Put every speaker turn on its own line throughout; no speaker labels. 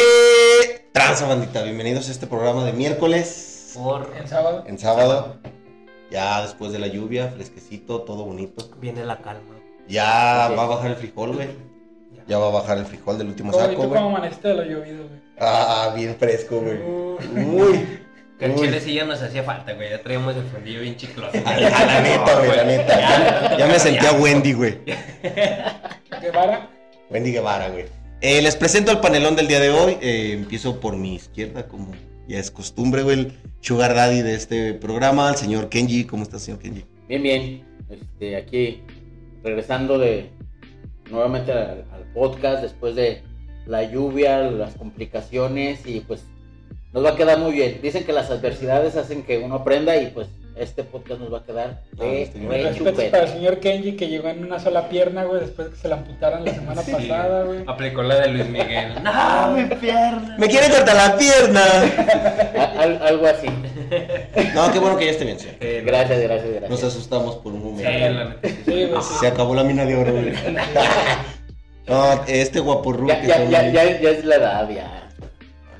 ¿Qué tranza, bandita? Bienvenidos a este programa de miércoles
Por...
En sábado.
en sábado. Ya después de la lluvia, fresquecito, todo bonito.
Viene la calma.
Ya
Ok.
va a bajar el frijol, güey. Ya va a bajar el frijol del último
Oye,
saco,
¿tú
güey.
cómo amaneciste de lo llovido, güey?
Ah, bien fresco, güey.
Uy.
Uy,
Que el
Uy.
chile sí ya nos hacía falta, güey. Ya traíamos el fundillo bien chicloso.
a la, a la neta, güey, la neta. Ya, ya me sentía Wendy, güey.
Guevara.
Wendy Guevara, güey. Eh, les presento al panelón del día de hoy. Eh, empiezo por mi izquierda, como ya es costumbre, güey. El sugar daddy de este programa, el señor Kenji. ¿Cómo está, señor Kenji?
Bien, bien. Este, aquí regresando de nuevamente al, al podcast después de la lluvia, las complicaciones y pues nos va a quedar muy bien. Dicen que las adversidades hacen que uno aprenda y pues este podcast nos va a quedar
Ah,
de
está bien.
re
Respetos para el
chupete.
señor Kenji que llegó en una sola pierna, güey, después que se la amputaron la semana
Sí.
pasada, güey.
Ah,
Aplicó la de Luis Miguel. ¡No, mi pierna!
¡Me quiere cortar la pierna!
A- al- algo así.
No, qué bueno que ya esté bien, señor.
Eh,
Gracias, gracias,
Nos
gracias.
asustamos por un
Sí,
momento.
la neta. sí.
Sí, güey.
Se acabó la mina de oro, güey. No, este guaporru
Ya,
que
ya,
son-
ya, ya- ya es la edad, ya.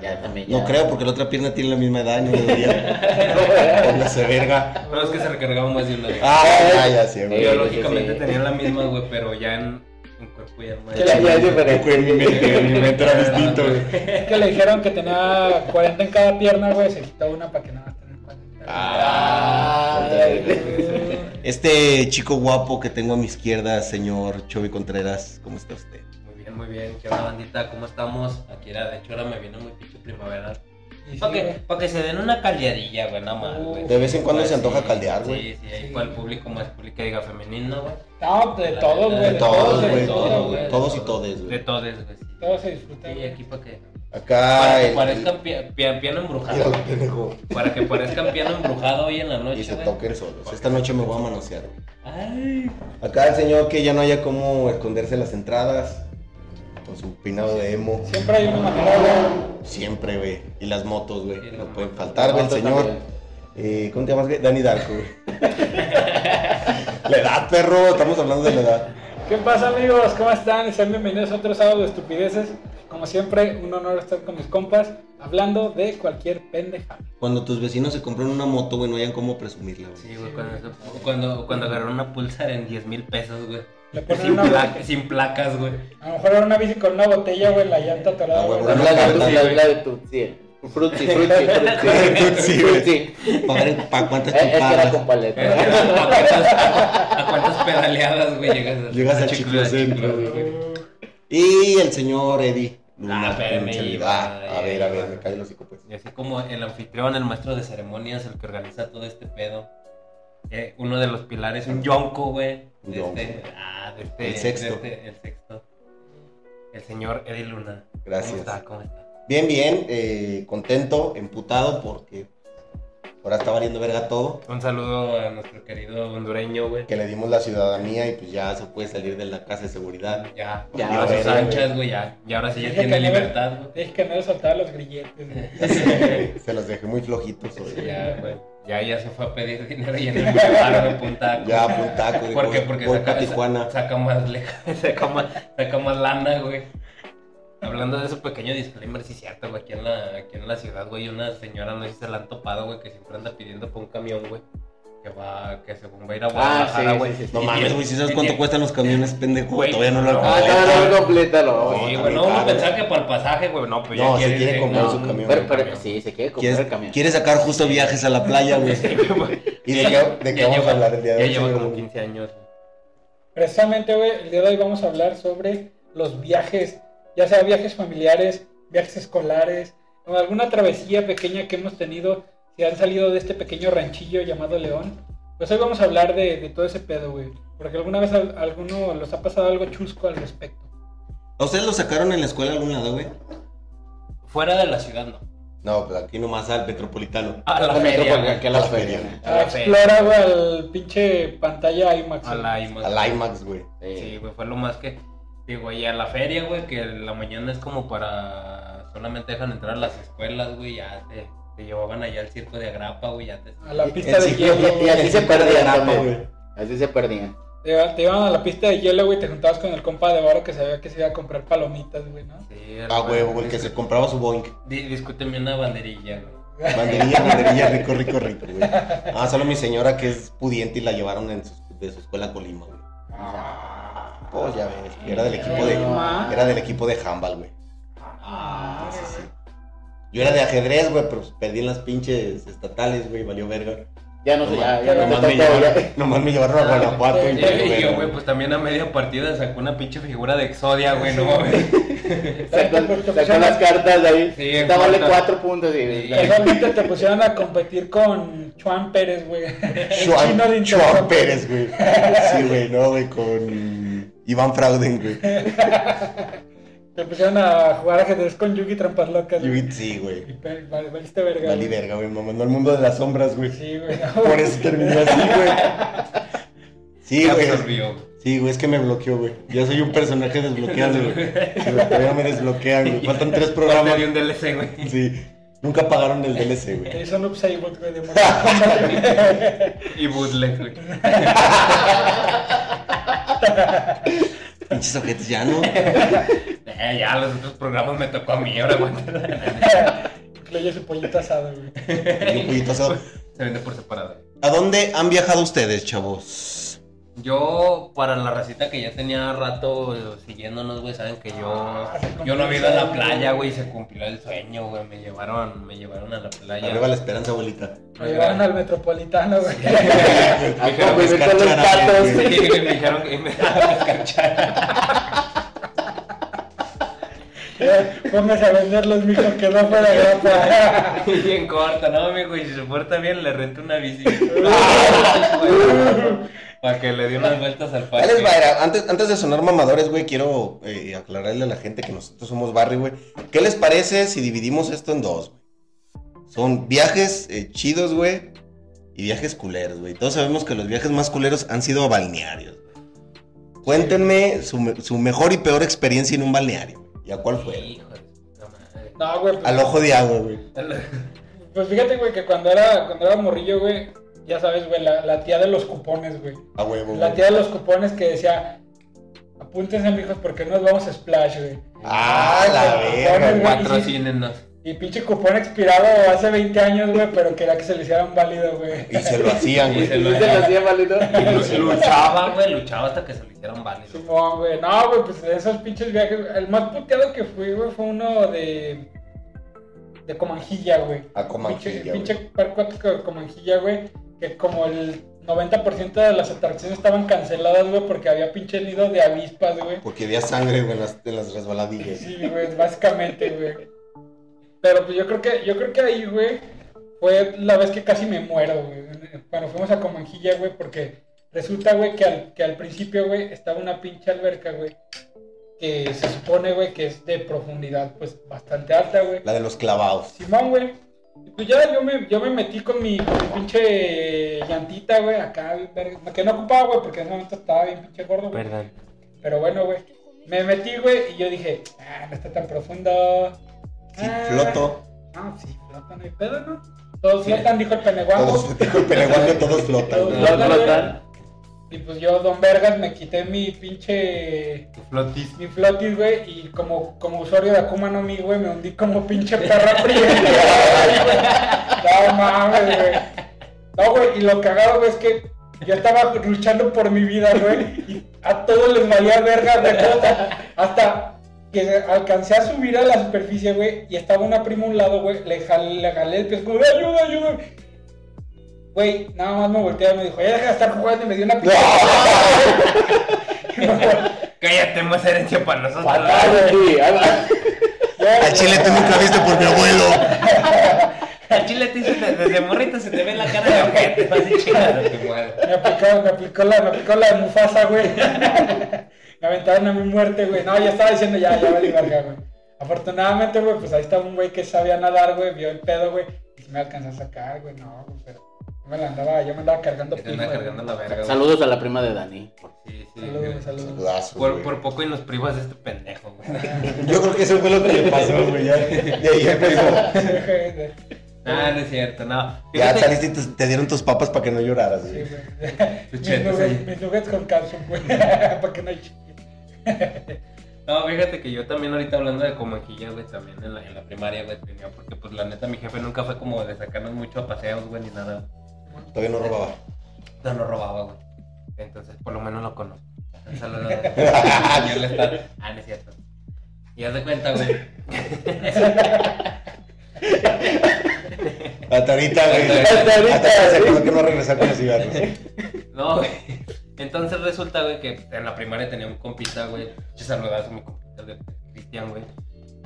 Ya también. ya.
No creo, porque la otra pierna tiene la misma edad, no debería. Póngase verga.
No, es que se recargaban más de una vez.
Ah, ya, ya, sí, güey.
Biológicamente
sí, sí.
tenían la misma, güey, pero ya en, en cuerpo ya no
Ya, ya es diferente.
Mi mente- mi mente era distinto, güey.
Es que le dijeron que tenía 40 en cada pierna, güey, se quitó una para que nada más tener 40.
Ah.
Ay.
Güey.
Este chico guapo que tengo a mi izquierda, señor Chovy Contreras, ¿cómo está usted?
Muy bien, muy bien. ¿Qué onda, bandita? ¿Cómo estamos? Aquí era, de hecho, ahora me vino muy pinche primavera.
Y sí,
Para
güey.
que, pa' que se den una caldeadilla, güey, nada más, güey.
De vez en cuando
Pues
se antoja
sí,
caldear, güey.
Sí, sí, ahí
Sí.
para el público más público que diga femenino, güey.
No, de todos, güey.
De todos,
se
güey,
disfruta,
todos,
güey.
güey. Todos y todes, güey.
De todes, güey, sí.
Todo se disfruta.
Sí,
güey.
aquí para que, para
Acá.
que
Ah, el-
parezcan pia- pia- piano embrujado.
Mira, pendejo.
Para que parezcan piano embrujado hoy en la
Y
noche,
se
güey.
toquen solos. Esta noche me voy a manosear. güey.
Ay,
Acá el señor que ya no haya cómo esconderse las entradas. Con su peinado de emo.
Siempre hay una manera, güey.
Siempre, güey. Y las motos, güey.
Y las
No pueden
motos.
faltar, güey, el
Nosotros
señor.
también.
Eh, ¿Cómo te llamas, güey? Dani Darko, güey. la edad, perro. Estamos hablando de la edad.
¿Qué pasa amigos? ¿Cómo están? Sean bienvenidos a otro sábado de estupideces. Como siempre, un honor estar con mis compas hablando de cualquier pendeja.
Cuando tus vecinos se compran una moto, güey, no hayan cómo presumirla, güey.
sí, güey, cuando, se- cuando, cuando agarró una pulsar en 10 mil pesos, güey.
Le ponen
Sin,
una
pla- sin placas, güey.
A lo mejor era una bici con una botella, güey, la llanta atorada.
Ah, güey,
güey.
bueno.
La de tu, la, la de tu, sí. Frutti, frutti,
Tutsi,
frutti.
güey.
Frutti.
Para ver para cuántas
Es es que era con
chupadas.
¿A
paleta.
cuántas, a cuántas pedaleadas, güey, llegas a
Llegas
a
al
Chiclo- a
Chiclocentro,
Chiclo,
güey. Y el señor Eddie.
Ah, espérame,
pinche
ahí
vida.
va,
Ah, a
ahí
ver, a ver,
va.
me cae el hocico, pues.
Y así como el anfitrión, el maestro de ceremonias, el que organiza todo este pedo. eh, uno de los pilares, un yonco, güey.
Un
de
yonco.
este- ah, de este-
El sexto.
de este- el sexto. El señor Eddie Luna.
Gracias.
¿Cómo está? ¿Cómo está?
Bien, bien, eh, contento, emputado, porque ahora está valiendo verga todo.
Un saludo a nuestro querido hondureño, güey.
Que le dimos la ciudadanía y pues ya se puede salir de la casa de seguridad.
Ya,
Ya,
ya, sus
güey, ya,
anchas, güey, ya. Y ahora sí ya
Dije
tiene
que no-
libertad, güey.
Dije que no le soltaba los grilletes, güey.
Ya se, se los dejé muy flojitos. hoy.
Sí, ya, güey. Ya, ya se fue a pedir dinero y en el paro de punta.
Ya, un taco. de
¿Por qué?
voy-
Porque
voy
saca,
pa' Tijuana.
sa- saca más lejos, saca más, saca más lana, güey. Hablando de ese pequeño disclaimer, sí es cierto, güey, aquí en la, aquí en la ciudad, güey, una señora, no sé si se la han topado, güey, que siempre anda pidiendo por un camión, güey, que va, que según va a ir a
Ah,
Guadalajara,
sí,
güey.
sí, sí, sí.
No mames, güey, si sabes cuánto
cuesta?
cuestan los camiones, pendejo.
Güey,
Todavía no lo
no,
Ah,
acabo.
no, no, complétalo.
Sí, está
Sí, güey, no,
bien
uno
caro.
pensaba que para el pasaje, güey, no, pues
No,
ya
sí
quiere,
quiere
eh,
comprar
no,
su camión,
Pero, pero,
camión.
sí, se quiere comprar
¿Quieres,
el camión.
quieres sacar justo viajes a la playa, güey. ¿Y de qué, de qué
Ya
vamos
lleva-
a hablar el día de
Ya
hoy?
lleva
señor?
como 15 años, güey.
Precisamente, güey, el día de hoy vamos a hablar sobre los viajes, ya sea viajes familiares, viajes escolares, o alguna travesía pequeña que hemos tenido, si han salido de este pequeño ranchillo llamado León. Pues hoy vamos a hablar de, de todo ese pedo, güey. Porque alguna vez al- alguno los ha pasado algo chusco al respecto.
¿A ustedes lo sacaron en la escuela a algún lado, güey?
Fuera de la ciudad, no.
No, pues aquí nomás al Metropolitano.
A la
La
feria,
metro,
güey.
que la
La
feria.
feria.
A la feria.
Ah, Explora, güey, al pinche pantalla IMAX.
Ah, A
güey.
la IMAX.
Al IMAX, güey.
Sí, güey, fue lo más que. Digo, y a la feria, güey, que la mañana es como para. Solamente dejan entrar a las escuelas, güey, ya te, te llevaban allá al circo de Agrapa, güey, ya te.
A la pista
El
de
ciclo-
hielo.
y
güey.
así
se
se pierde
perdían
grapa,
también.
güey.
Así se perdían.
Te, iba- te iban a la pista de hielo, güey, te juntabas con el compa de barro que sabía que se iba a comprar palomitas, güey, ¿no?
Sí,
Ah,
hermano,
huevo, el que
dis-
se compraba su Boeing.
di- discúteme una banderilla, güey.
Banderilla, banderilla, rico, rico, rico, güey. Ah, solo mi señora que es pudiente y la llevaron en su- de su escuela a Colima, güey.
Ah,
Pues ya ves, que era del equipo de.
Ah.
Era del equipo de handball, güey.
Ah,
Sí, sí. Yo era de ajedrez, güey, pero perdí en las pinches estatales, güey, valió verga.
Ya no sé, ya, ya no
nomás,
me
me
tocó, ya.
llevaron, nomás me llevaron a Guanajuato y
Sí,
valió
Y yo,
verga,
güey,
güey.
pues también a media partida sacó una pinche figura de Exodia, güey, no mames.
Sacó, sacó las cartas de ahí.
Sí,
Esta vale
cuatro.
cuatro puntos.
Sí.
Y,
Esa ahorita te pusieron a competir con Juan Pérez, güey.
Chuan,
pues, Chino de
Chuan
Intercom.
Pérez, güey. Sí, güey, no, güey, con Iván Frauden, güey.
Te pusieron a jugar ajedrez con Yugi Trampas Locas, güey.
Y- Sí,
Y
güey.
pe- val- Valiste verga.
Vali
güey.
verga, güey, me mandó al mundo de las sombras, güey.
Sí, güey. no.
Por eso terminé así, güey. Sí,
Ya
güey.
absorbió.
Sí, güey, es que me bloqueó, güey. Ya soy un personaje desbloqueado, güey. Sí, güey, Todavía me desbloquean, güey. Faltan tres
Parte
programas.
de un DLC, güey.
Sí. Nunca pagaron el DLC,
Te
güey.
hizo un upside, güey, de Mortal Kombat.
Y bootleg, güey.
Pinches objetos ya, ¿no?
Eh, ya, los otros programas me tocó a mí, ahora aguanta.
Incluye su pollito asado, güey.
Y un pollito asado.
Se vende por separado.
¿A dónde han viajado ustedes, chavos?
Yo, para la racita que ya tenía rato eh, siguiéndonos, güey, saben que yo.
Ah, se cumplió
Yo no había ido a
el
la
sueño.
playa, güey, y se cumplió el sueño, güey. Me llevaron, me llevaron a la playa.
Arriba la esperanza, abuelita.
Lo llevaron al metropolitano, güey.
"Pues
a convivir con los
Descarchar a
patos.
alguien, güey.
Sí, güey, me dijeron que me dejaron descarchar.
Eh, Póngase a venderlos, mijo, que no fuera grapa.
Bien corta, no, amigo, y si se porta bien, le rento una bici. Para que le dé unas vueltas al
Ahí les va,
parque.
era, antes, antes de sonar mamadores, güey, quiero eh, aclararle a la gente que nosotros somos Barry, güey. ¿Qué les parece si dividimos esto en dos, güey? Son viajes eh, chidos, güey, y viajes culeros, güey. Todos sabemos que los viajes más culeros han sido a balnearios, güey. Cuéntenme su, me- su mejor y peor experiencia en un balneario. güey. ¿Y a cuál fue?
Hijo de su puta madre.
No, güey. pues-
Al ojo de agua, güey.
Pues fíjate, güey, que cuando era, cuando era morrillo, güey, ya sabes, güey, la, la tía de los cupones, güey.
A huevo,
La
güey.
tía de los cupones que decía, apúntense, mijos, porque nos vamos a Splash, güey.
Ah, la verga, güey.
Patrocínenos.
Y pinche cupón expirado hace 20 años, güey, pero quería que se le hicieran válido, güey.
Y se lo hacían,
Y se
güey.
lo-
¿No se lo hacía válido?
Lu- Luchaba, güey, luchaba hasta que se lo hicieron válido.
Simón, güey. No, güey, pues de esos pinches viajes, güey, el más puteado que fui, güey, fue uno de... De Comanjilla, güey.
A Comanjilla,
Pinche, pinche
Ah, güey.
parque acuático como en Jilla, güey, que como el 90% de las atracciones estaban canceladas, güey, porque había pinche nido de avispas, güey.
Porque había sangre, güey, en las, en las resbaladillas.
Sí, güey, básicamente, güey. Pero pues yo creo que, yo creo que ahí, güey, fue la vez que casi me muero, güey. Cuando fuimos a Comanjilla, güey, porque resulta, güey, que al, que al principio, güey, estaba una pinche alberca, güey, que se supone, güey, que es de profundidad, pues, bastante alta, güey.
La de los clavados.
Simón, güey. Y Pues ya yo me, yo me metí con mi, con mi pinche llantita, güey, acá, bien verga. Que no ocupaba, güey, porque en ese momento estaba bien pinche gordo, güey.
Perdón.
Pero bueno, güey. Me metí, güey, y yo dije, ah, no está tan profundo.
Sí,
Ah,
floto.
No, sí, flota, no hay pedo, ¿no? Todos
Sí.
flotan, dijo el peneguango.
Todos, dijo el peleguando, todos flotan, güey.
Los flotan.
Y pues yo, don Vergas, me quité mi pinche
Flotis.
mi flotis, güey, y como, como usuario de Akuma no Mi, güey, me hundí como pinche perra prieta. no mames, güey. No, güey, y lo cagado, güey, es que yo estaba luchando por mi vida, güey, y a todos les valía verga, güey, hasta, hasta que alcancé a subir a la superficie, güey, y estaba una prima a un lado, güey, le jalé, le jalé el pie, como, ayuda, ayuda. Güey, nada más me volteaba y me dijo, ya deja de estar jugando y me dio una pinche.
Cállate, más herencia para nosotros.
Fatal, sí, ahí va.
A Chile tú nunca viste por mi abuelo.
Al chile te hizo desde, desde morrito se te ve la cara de ojete. Así chingada tu madre.
Me aplicó, me aplicó la, me aplicó la de Mufasa, güey. me aventaron a mi muerte, güey. No, ya estaba diciendo, ya, ya vale verga, güey. Afortunadamente, güey, pues ahí estaba un güey que sabía nadar, güey, vio el pedo, güey. Y si me alcanzó a sacar, güey, no, güey, pero yo me la andaba, yo me andaba cargando
Te anda
pipa,
cargando la
güey.
verga. güey.
Saludos a la prima de Dani.
Sí, sí.
Saludos,
güey.
saludos.
Saludazo,
Por,
güey.
por poco y nos privas de este pendejo, güey.
Yo creo que eso fue lo que le pasó, güey. Ya, ya, ya empezó.
Sí, güey, de-
Ah, no es cierto, no.
Ya
Fíjate-
saliste y te, te dieron tus papas para que no lloraras,
Sí,
güey.
güey.
Tus
mis,
chetos
nuggets,
ahí.
mis nuggets con calzón, güey. Para que no hay
No, fíjate que yo también ahorita hablando de comanquillas, güey, también en la, en la primaria, güey, tenía, porque pues la neta mi jefe nunca fue como de sacarnos mucho a paseos, güey, ni nada.
Todavía no robaba.
No, no robaba, güey. Entonces, por lo menos lo conozco. Un saludo al señor Lestat. Ah, no es cierto. Y haz de cuenta, güey.
Hasta ahorita, güey. Hasta
Hasta
ahorita,
ahorita se
sí.
acordó que no regresar con los cigarros.
No, güey. Entonces resulta, güey, que en la primaria tenía un compita, güey. Yo saludazo a mi compita de Cristian, güey.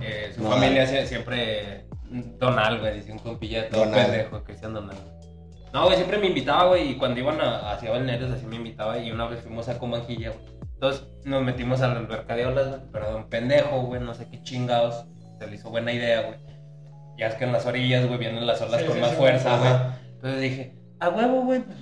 Eh, su
No,
familia sie- siempre mm, Donal, güey, dice un compilla todo
Donal.
pendejo, Cristian Donal. No, güey, siempre me invitaba, güey, y cuando iban a, hacia Balnearios así me invitaba y una vez fuimos a Comanjilla, güey. Entonces nos metimos a la alberca de olas, güey, pero de un pendejo, güey, no sé qué chingados, se le hizo buena idea, güey. Ya es que en las orillas, güey, vienen las olas
Sí,
con
sí,
más
sí.
fuerza, güey.
Ajá.
Entonces dije, a huevo, güey, pues,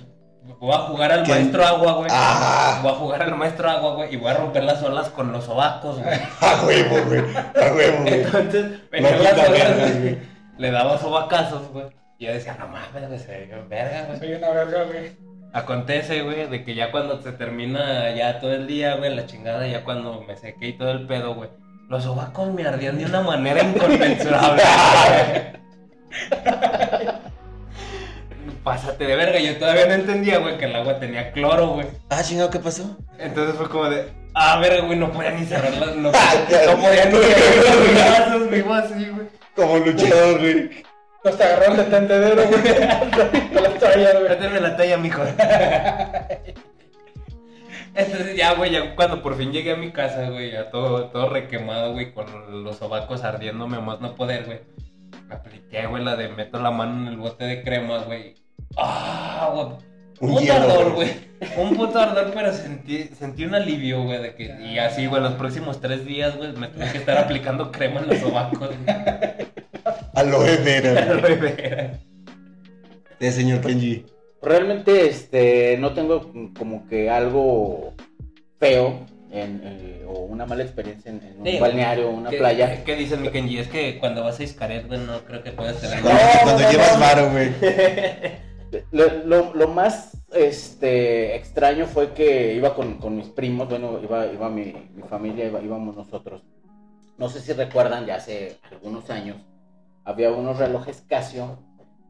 voy a jugar al
¿Qué?
maestro agua, güey.
Ah.
Voy a jugar al maestro agua, güey, y voy a romper las olas con los sobacos, güey.
A huevo, güey. A huevo, güey.
Entonces, venía
No
las
quita
olas,
vergas,
güey,
güey.
le daba sobacazos, güey. Y yo decía, no mames, güey, se dio verga, güey.
Soy una verga, güey.
Acontece, güey, de que ya cuando se termina ya todo el día, güey, la chingada, ya cuando me sequé y todo el pedo, güey, los sobacos me ardían de una manera inconmensurable. güey. Pásate de verga, yo todavía no entendía, güey, que el agua tenía cloro, güey.
Ah, chingado, ¿qué pasó?
Entonces fue como de, ah, verga, güey, no podía ni cerrar las, no,
ya.
no podía ni cerrar los brazos, me iba así, güey.
Como luchador, güey.
Los te agarraron de tendedero, güey. Con las toallas, güey.
Méteme la talla, mijo. Entonces ya, güey, ya cuando por fin llegué a mi casa, güey, ya todo, todo requemado, güey, con los sobacos ardiéndome a más no poder, güey. Me apliqué, güey, la de meto la mano en el bote de crema, güey. ¡Ah, güey!
Un
Un puto
hielo, güey.
ardor, güey. Un puto ardor, pero sentí, sentí un alivio, güey, de que... Y así, güey, los próximos tres días, güey, me tuve que estar aplicando crema en los sobacos, güey.
Aloe vera. güey.
Aloe vera.
De señor Kenji.
Realmente, este, no tengo como que algo feo en, eh, o una mala experiencia en, en un
Sí.
balneario o una
¿Qué-
playa.
¿Qué dicen, mi Kenji? Es que cuando vas a Iscaret, güey, no creo que puedas tener...
Cuando, cuando
no,
llevas
no.
varo, güey.
Lo, lo- lo más este, extraño fue que iba con, con mis primos, bueno, iba, iba mi, mi familia, iba- íbamos nosotros. No sé si recuerdan, ya hace algunos años, había unos relojes Casio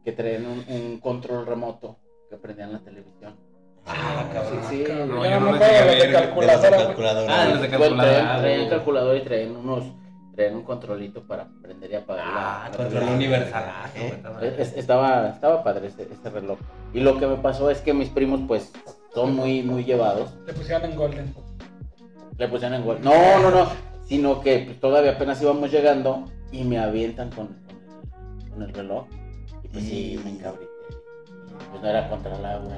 que traían un, un control remoto que prendían la televisión.
Ah, cabrón.
Sí, sí.
Cabrón,
No,
ya
yo
no
no
me
lo llegué a
acuerdo
ver,
de la
De las
güey.
de calculadora.
Ah,
calculadora, güey.
güey.
los de
Bueno, traían,
calculadora.
traían
güey.
calculador y traían unos, traían un controlito para prender y apagar la-
Ah,
la
control
televisión.
universal.
Eh,
Es- es- estaba, estaba padre ese, ese reloj. Y lo que me pasó es que mis primos, pues, son muy, muy llevados.
Te pusieron en Golden.
Le pusieron en gol. No, no, no. Sino que pues, todavía apenas íbamos llegando y me avientan con, con- con el reloj. Y pues sí, me encabrité. Pues no era contra el agua.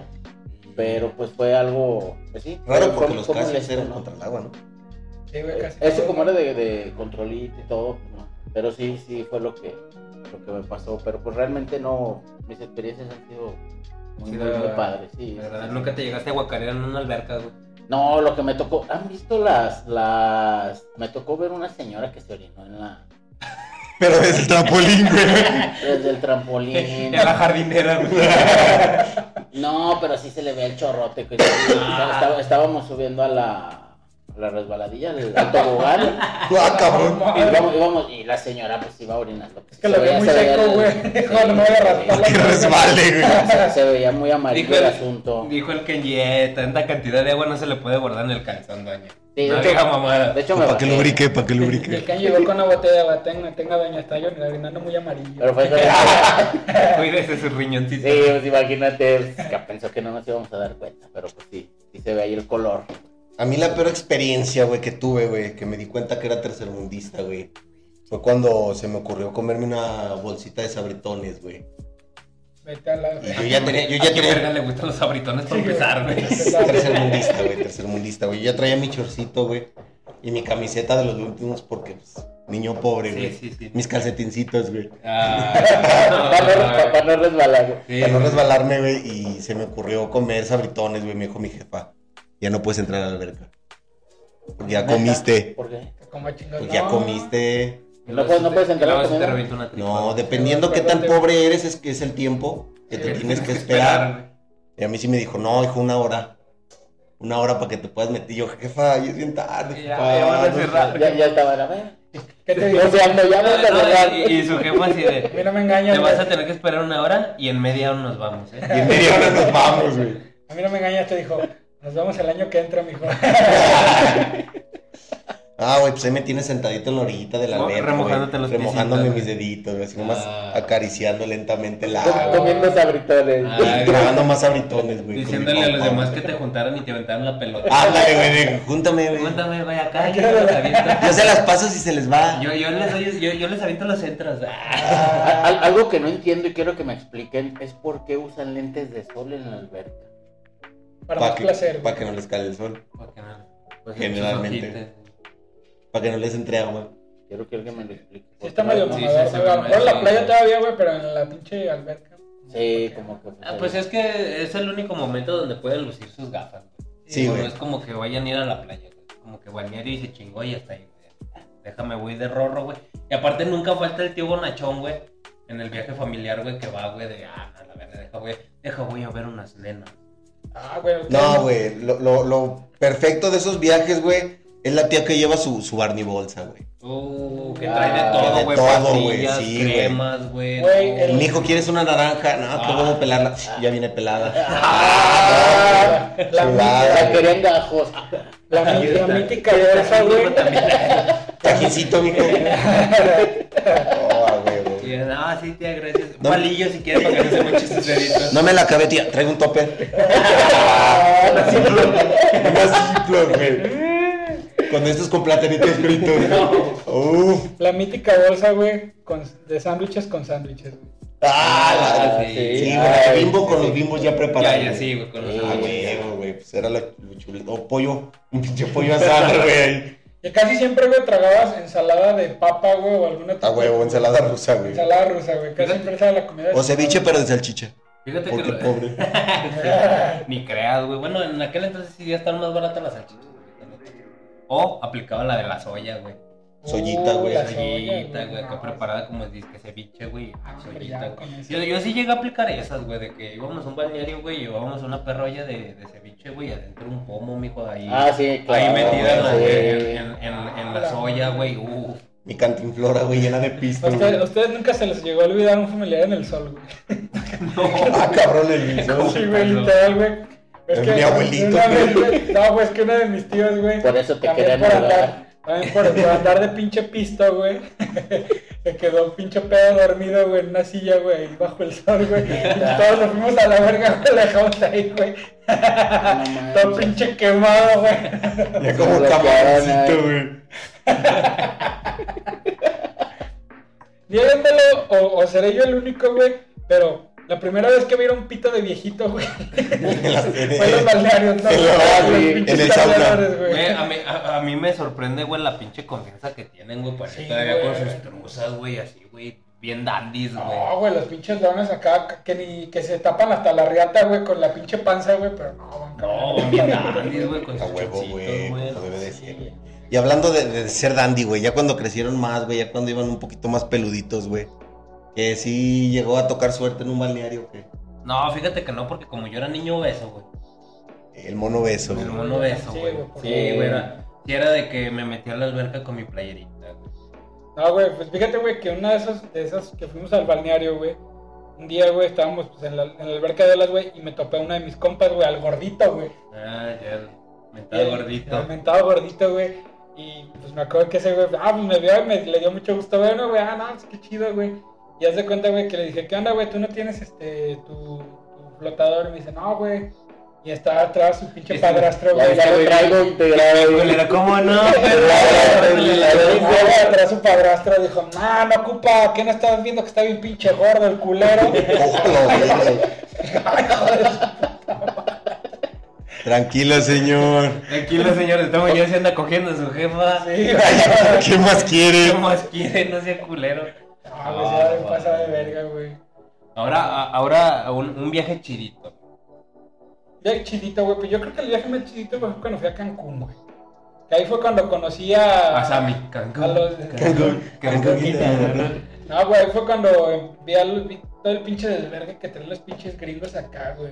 Pero pues fue algo, pues sí.
Raro
fue-
porque
fue-
los
fue
casos
molesto,
eran
¿no?
contra el agua, ¿no?
Sí, güey, casi.
Eh, Eso como era de, de controlito y todo, pues, no. pero sí, sí fue lo que, lo que me pasó. Pero pues realmente no, mis experiencias han sido muy,
Sí,
muy,
la-
muy padres. Sí,
¿Verdad? Nunca te llegaste a guacarear en una alberca, güey.
No, lo que me tocó, ¿han visto las, las, me tocó ver una señora que se orinó en la,
Pero es el trampolín, güey.
desde el trampolín?
A la jardinera, güey.
No, pero sí se le ve el chorrote. que-
Ah.
Estaba- estábamos subiendo a la, a la resbaladilla, al, al tobogán.
Ah, cabrón.
Y íbamos, íbamos- y la señora pues iba orinando.
Es que lo veo muy seco, güey. Dijo, no me voy a raspar la
Que resbale, güey.
Se, se veía muy amarillo
Dijo
el
el-
asunto.
Dijo el Kenji, eh, tanta cantidad de agua no se le puede guardar en el calzón, doña.
Sí,
no
de
diga
hecho-
mamada.
De hecho, me
Pues, Para que
bajé,
lubrique, para que
Y el
lubrique.
Ken llegó con una botella de batén, tenga doña Estayo, y orinando muy amarillo.
Pero fue
Cuídese su
Sí,
riñoncito.
pues imagínate, pues, que pensó que no nos íbamos a dar cuenta, pero pues sí, sí se ve ahí el color.
A mí la peor experiencia, güey, que tuve, güey, que me di cuenta que era tercermundista, güey, fue cuando se me ocurrió comerme una bolsita de sabritones, güey.
Vete a la...
Y yo ya tenía, yo
¿A
ya
Ah, qué
tenía
verga le gustan los abritones para
Sí,
empezar,
güey.
güey?
Tercermundista, güey, tercermundista, güey. Yo ya traía mi chorcito, güey. Y mi camiseta de los últimos porque, pues, niño pobre, güey.
Sí, sí, sí.
Mis calcetincitos, güey.
Para no,
Ah,
para no resbalar. güey.
Sí,
Para no
güey.
resbalarme, güey. Y se me ocurrió comer sabritones, güey. Me dijo mi jefa, ya no puedes entrar a la alberca. Porque Pues ya comiste.
¿Por qué?
Como chingados.
Porque Pues ya
no.
comiste.
No puedes- no puedes entrar
Y luego
a
se te
comer.
revienta una tripa.
No,
güey.
dependiendo qué tan pobre eres, es que es el tiempo que te tienes que esperar. Y a mí sí me dijo, no, hijo, una hora. Una hora para que te puedas meter. Y yo, jefa, ya es bien tarde.
Ya,
jefa,
ya van a
no sé".
cerrar.
Ya, ya estaba la verga.
¿Qué te digo?
O sea, no, ya
No,
vamos a
no,
cerrar.
y, y su jefa así
A mí
de,
no me engañas,
te vas a
güey.
tener que esperar una hora y en media hora nos vamos, ¿eh?
Y en media hora nos vamos, güey.
A mí no me engañas, te dijo. Nos vemos el año que entra, mijo.
Ah, güey, pues ahí me tienes sentadito en la orillita de la
Mo-
alberca, güey,
remojándote los
Remojándome mis
piecitos, güey.
deditos, güey, así nomás
Ah.
acariciando lentamente el
Com-
agua.
Comiendo sabritones.
Ah,
Y grabando más abritones, güey. con mi
Diciéndole a los
compa,
demás que
güey.
te juntaran y te aventaran la pelota.
Ándale, güey, de- júntame, güey. Ah,
Cuéntame, vaya acá, yo se los
Yo
aviento.
se las paso si se les va.
Yo, yo les, doy- yo, yo les aviento los centros. Ah,
Ah.
A- al- algo que no entiendo y quiero que me expliquen es por qué usan lentes de sol en la alberca.
Para
Pa'
más
que-
placer.
pa' que no les cale el sol.
Porque no, pues,
Generalmente.
muchos ojitos.
Para que no les entre agua.
Quiero, quiero que me lo expliquen.
Sí, está medio
Sí, sí,
mamador,
sí,
güey. A lo
sí,
mejor en
sí.
la playa todavía, güey, pero en la pinche alberca.
Sí, como que.
Ah, pues es que es el único momento donde pueden lucir sus gafas. güey.
Sí,
No
güey.
es como que vayan a ir a la playa, güey. Como que balneario y se chingó y hasta ahí, güey. Déjame, voy de rorro, güey. Y aparte nunca falta el tío bonachón, güey. En el viaje familiar, güey, que va, güey, de, ah, a la verga, deja, güey, deja, voy a ver unas nenas.
Ah, güey.
No, güey, lo, lo- lo perfecto de esos viajes, güey, es la tía que lleva su, su Barney bolsa, güey.
Uh, que
Ah,
trae de
de
todo, güey,
todo, güey,
pastillas,
sí, güey.
cremas, güey.
Güey,
no.
el-
Mi hijo, ¿quieres una naranja? No, que
Ah.
vamos a pelarla. Ya viene pelada.
¡Ah!
La, la,
Chulada.
La querían gajos.
la- la
Ahí está.
mítica bolsa, güey.
Tajincito, mijo. Oh, a huevo.
Y, Ah, sí, tía, gracias. Un
No.
Palillo si quieres para que no se manche sus deditos.
No me la acabé, tía. Traigo un topper.
Ah, sí,
Una simple, güey. Con estos con platanitos fritos. Uf.
La mítica bolsa, güey, con- de sándwiches con sándwiches, güey.
Ah,
Ah,
la-
sí.
Sí, güey, la
Ay,
bimbo con
sí,
los
sí.
bimbos ya preparados.
Ya, ya,
güey.
sí, güey, con los
Sí.
Ah,
ojos.
huevo, güey, pues era la chuleta. O pollo, un pinche pollo asado, güey.
Y casi siempre, güey, tragabas ensalada de papa, güey, o alguna
A huevo, Ah, ensalada rusa, güey.
ensalada rusa, güey. Casi
Fíjate.
siempre estaba la comida.
O ceviche, pero de salchicha.
Fíjate que
Porque
lo-
pobre.
ni creas, güey. Bueno, en aquel entonces sí ya estaban más baratas las salchichas. güey. O aplicaba la de la soya, güey.
Soyita, güey.
la
Soyita, güey, acá
no,
preparada como disque ceviche, güey. Ah,
hombre, ya
soyita, güey.
con eso.
Yo, yo sí llegué a aplicar esas, güey, de que íbamos a un balneario, güey, llevábamos una perrolla de, de ceviche, güey, y adentro un pomo, mijo, ahí.
Ah, sí,
ahí
claro.
metida en la-
sí.
en, en- en- en la soya, güey. Uf.
Mi cantinflora, güey, llena de pisto.
Usted-
güey.
¿A ustedes nunca se les llegó a olvidar un familiar en el sol, güey?
Ah, cabrón, el guiso.
Sí, güey,
pasó?
literal, güey. Es
Es
que
mi abuelito,
una
güey.
vez, güey, No, güey, es que uno de mis tíos, güey.
Por eso te
también
querían
por
matar.
andar, también por, por andar de pinche pista, güey. Se quedó pinche pedo dormido, güey, en una silla, güey, ahí bajo el sol, güey. Y todos nos fuimos a la verga, güey, lo dejamos ahí, güey.
No manches.
Todo pinche quemado, güey.
Ya como
Lo
camaroncito,
quedaron,
güey.
Llévenmelo, o, o seré yo el único, güey. Pero la primera vez que vieron pito de viejito, güey,
En la-
fue en los balnearios, ¿no?
En la-
Los
sí,
pinches
en el sauna.
cargadores, güey.
Güey, a mí, a, a mí me sorprende, güey, la pinche confianza que tienen, güey, para ir
Sí,
todavía
güey.
con sus truzas, güey, así, güey, bien dandies, güey.
No, güey, los pinches dones acá que ni que se tapan hasta la riata, güey, con la pinche panza, güey, pero no,
No,
van caminando.
bien dandies, güey, con
A
sus
huevo,
chorcitos,
güey.
güey.
como debe de ser, güey.
Sí.
Y hablando de, de ser dandy, güey, ya cuando crecieron más, güey, ya cuando iban un poquito más peluditos, güey. Que sí llegó a tocar suerte en un balneario, que
No, fíjate que no, porque como yo era niño beso, güey.
el mono beso,
Mi
güey.
hermano beso,
Sí,
güey.
güey, por
Sí,
favor.
güey. era- Sí, era de que me metí a la alberca con mi playerita, güey.
No, güey, pues fíjate, güey, que una de esas, de esas que fuimos al balneario, güey, un día, güey, estábamos pues, en, la, en la alberca de las, güey, y me topé a uno de mis compas, güey, al gordito, güey.
Ah, ya. Mentado
El-
gordito.
El mentado gordito, güey. Y pues me acuerdo que ese güey, ah, pues me vio y me le dio mucho gusto verlo, güey. Ah, no, pues qué chido, güey. Y haz de cuenta, güey, que le dije, ¿qué onda, güey? Tú no tienes este, tu, tu flotador. Y me dice, no, güey. Y está atrás su pinche
Sí, sí,
padrastro,
Ya,
güey.
ya lo traigo integrado.
Güey, era como no, pero.
Y luego atrás su padrastro dijo, no, no ocupa, ¿qué no estás viendo que está bien pinche gordo el culero?
Ojo, Oh, güey. Tranquilo, señor.
Tranquilo, señores, estamos "Este ya se anda cogiendo a su jefa.
Sí, güey.
¿Qué más quiere?
¿Qué más quiere? No sea culero.
Ah, güey, se va de pasada de verga, güey.
Ahora, a- ahora un, un viaje chidito.
Viaje chidito, güey. Pues yo creo que el viaje más chidito güey, fue cuando fui a Cancún, güey. Que ahí fue cuando conocí a...
A Sammy, Cancún.
A los-
Cancún, Cancún, Quintana.
No, güey, ahí fue cuando vi, al- vi todo el pinche desvergue que traen los pinches gringos acá, güey.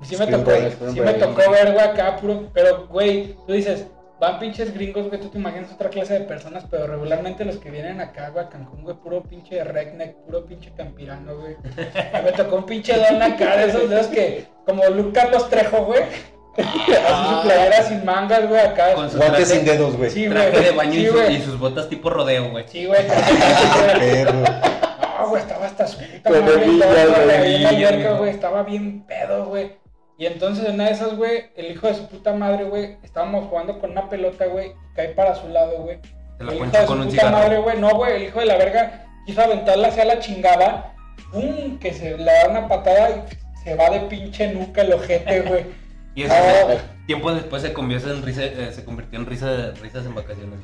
Y Sí me
Spring
tocó,
break,
spring
sí me
break.
tocó ver, güey, acá puro. Pero, güey, tú dices, van pinches gringos, güey, tú te imaginas otra clase de personas, pero regularmente los que vienen acá, güey, a Cancún, güey, puro pinche redneck, puro pinche campirano, güey. A mí Me tocó un pinche don acá de esos dedos que, como Luke Carlos Trejo, güey. Así su playera sin mangas, güey, acá.
Ah. Con su
Guantes
traje-
sin dedos, güey.
Sí, güey.
Traje de baño y
Sí,
su-
güey.
y sus botas tipo rodeo, güey.
Sí, güey.
Perro.
Ah, güey, estaba hasta su puta
Pero
madre,
vi,
todo,
ya,
güey,
güey,
ahí en
vi,
Mallorca,
ya, güey.
güey, estaba bien pedo, güey. Y entonces en una de esas, güey, el hijo de su puta madre, güey, estábamos jugando con una pelota, güey, y cae para su lado, güey.
Se
El
la
hijo de
ponchó
su
con un
puta
cigarro.
madre, güey, no, güey, el hijo de la verga quiso aventarla hacia la chingada, pum, que se le da una patada y se va de pinche nuca el ojete, güey.
Y eso,
Ah,
tiempo después se convirtió en risa, eh, se convirtió en risa, risas en vacaciones.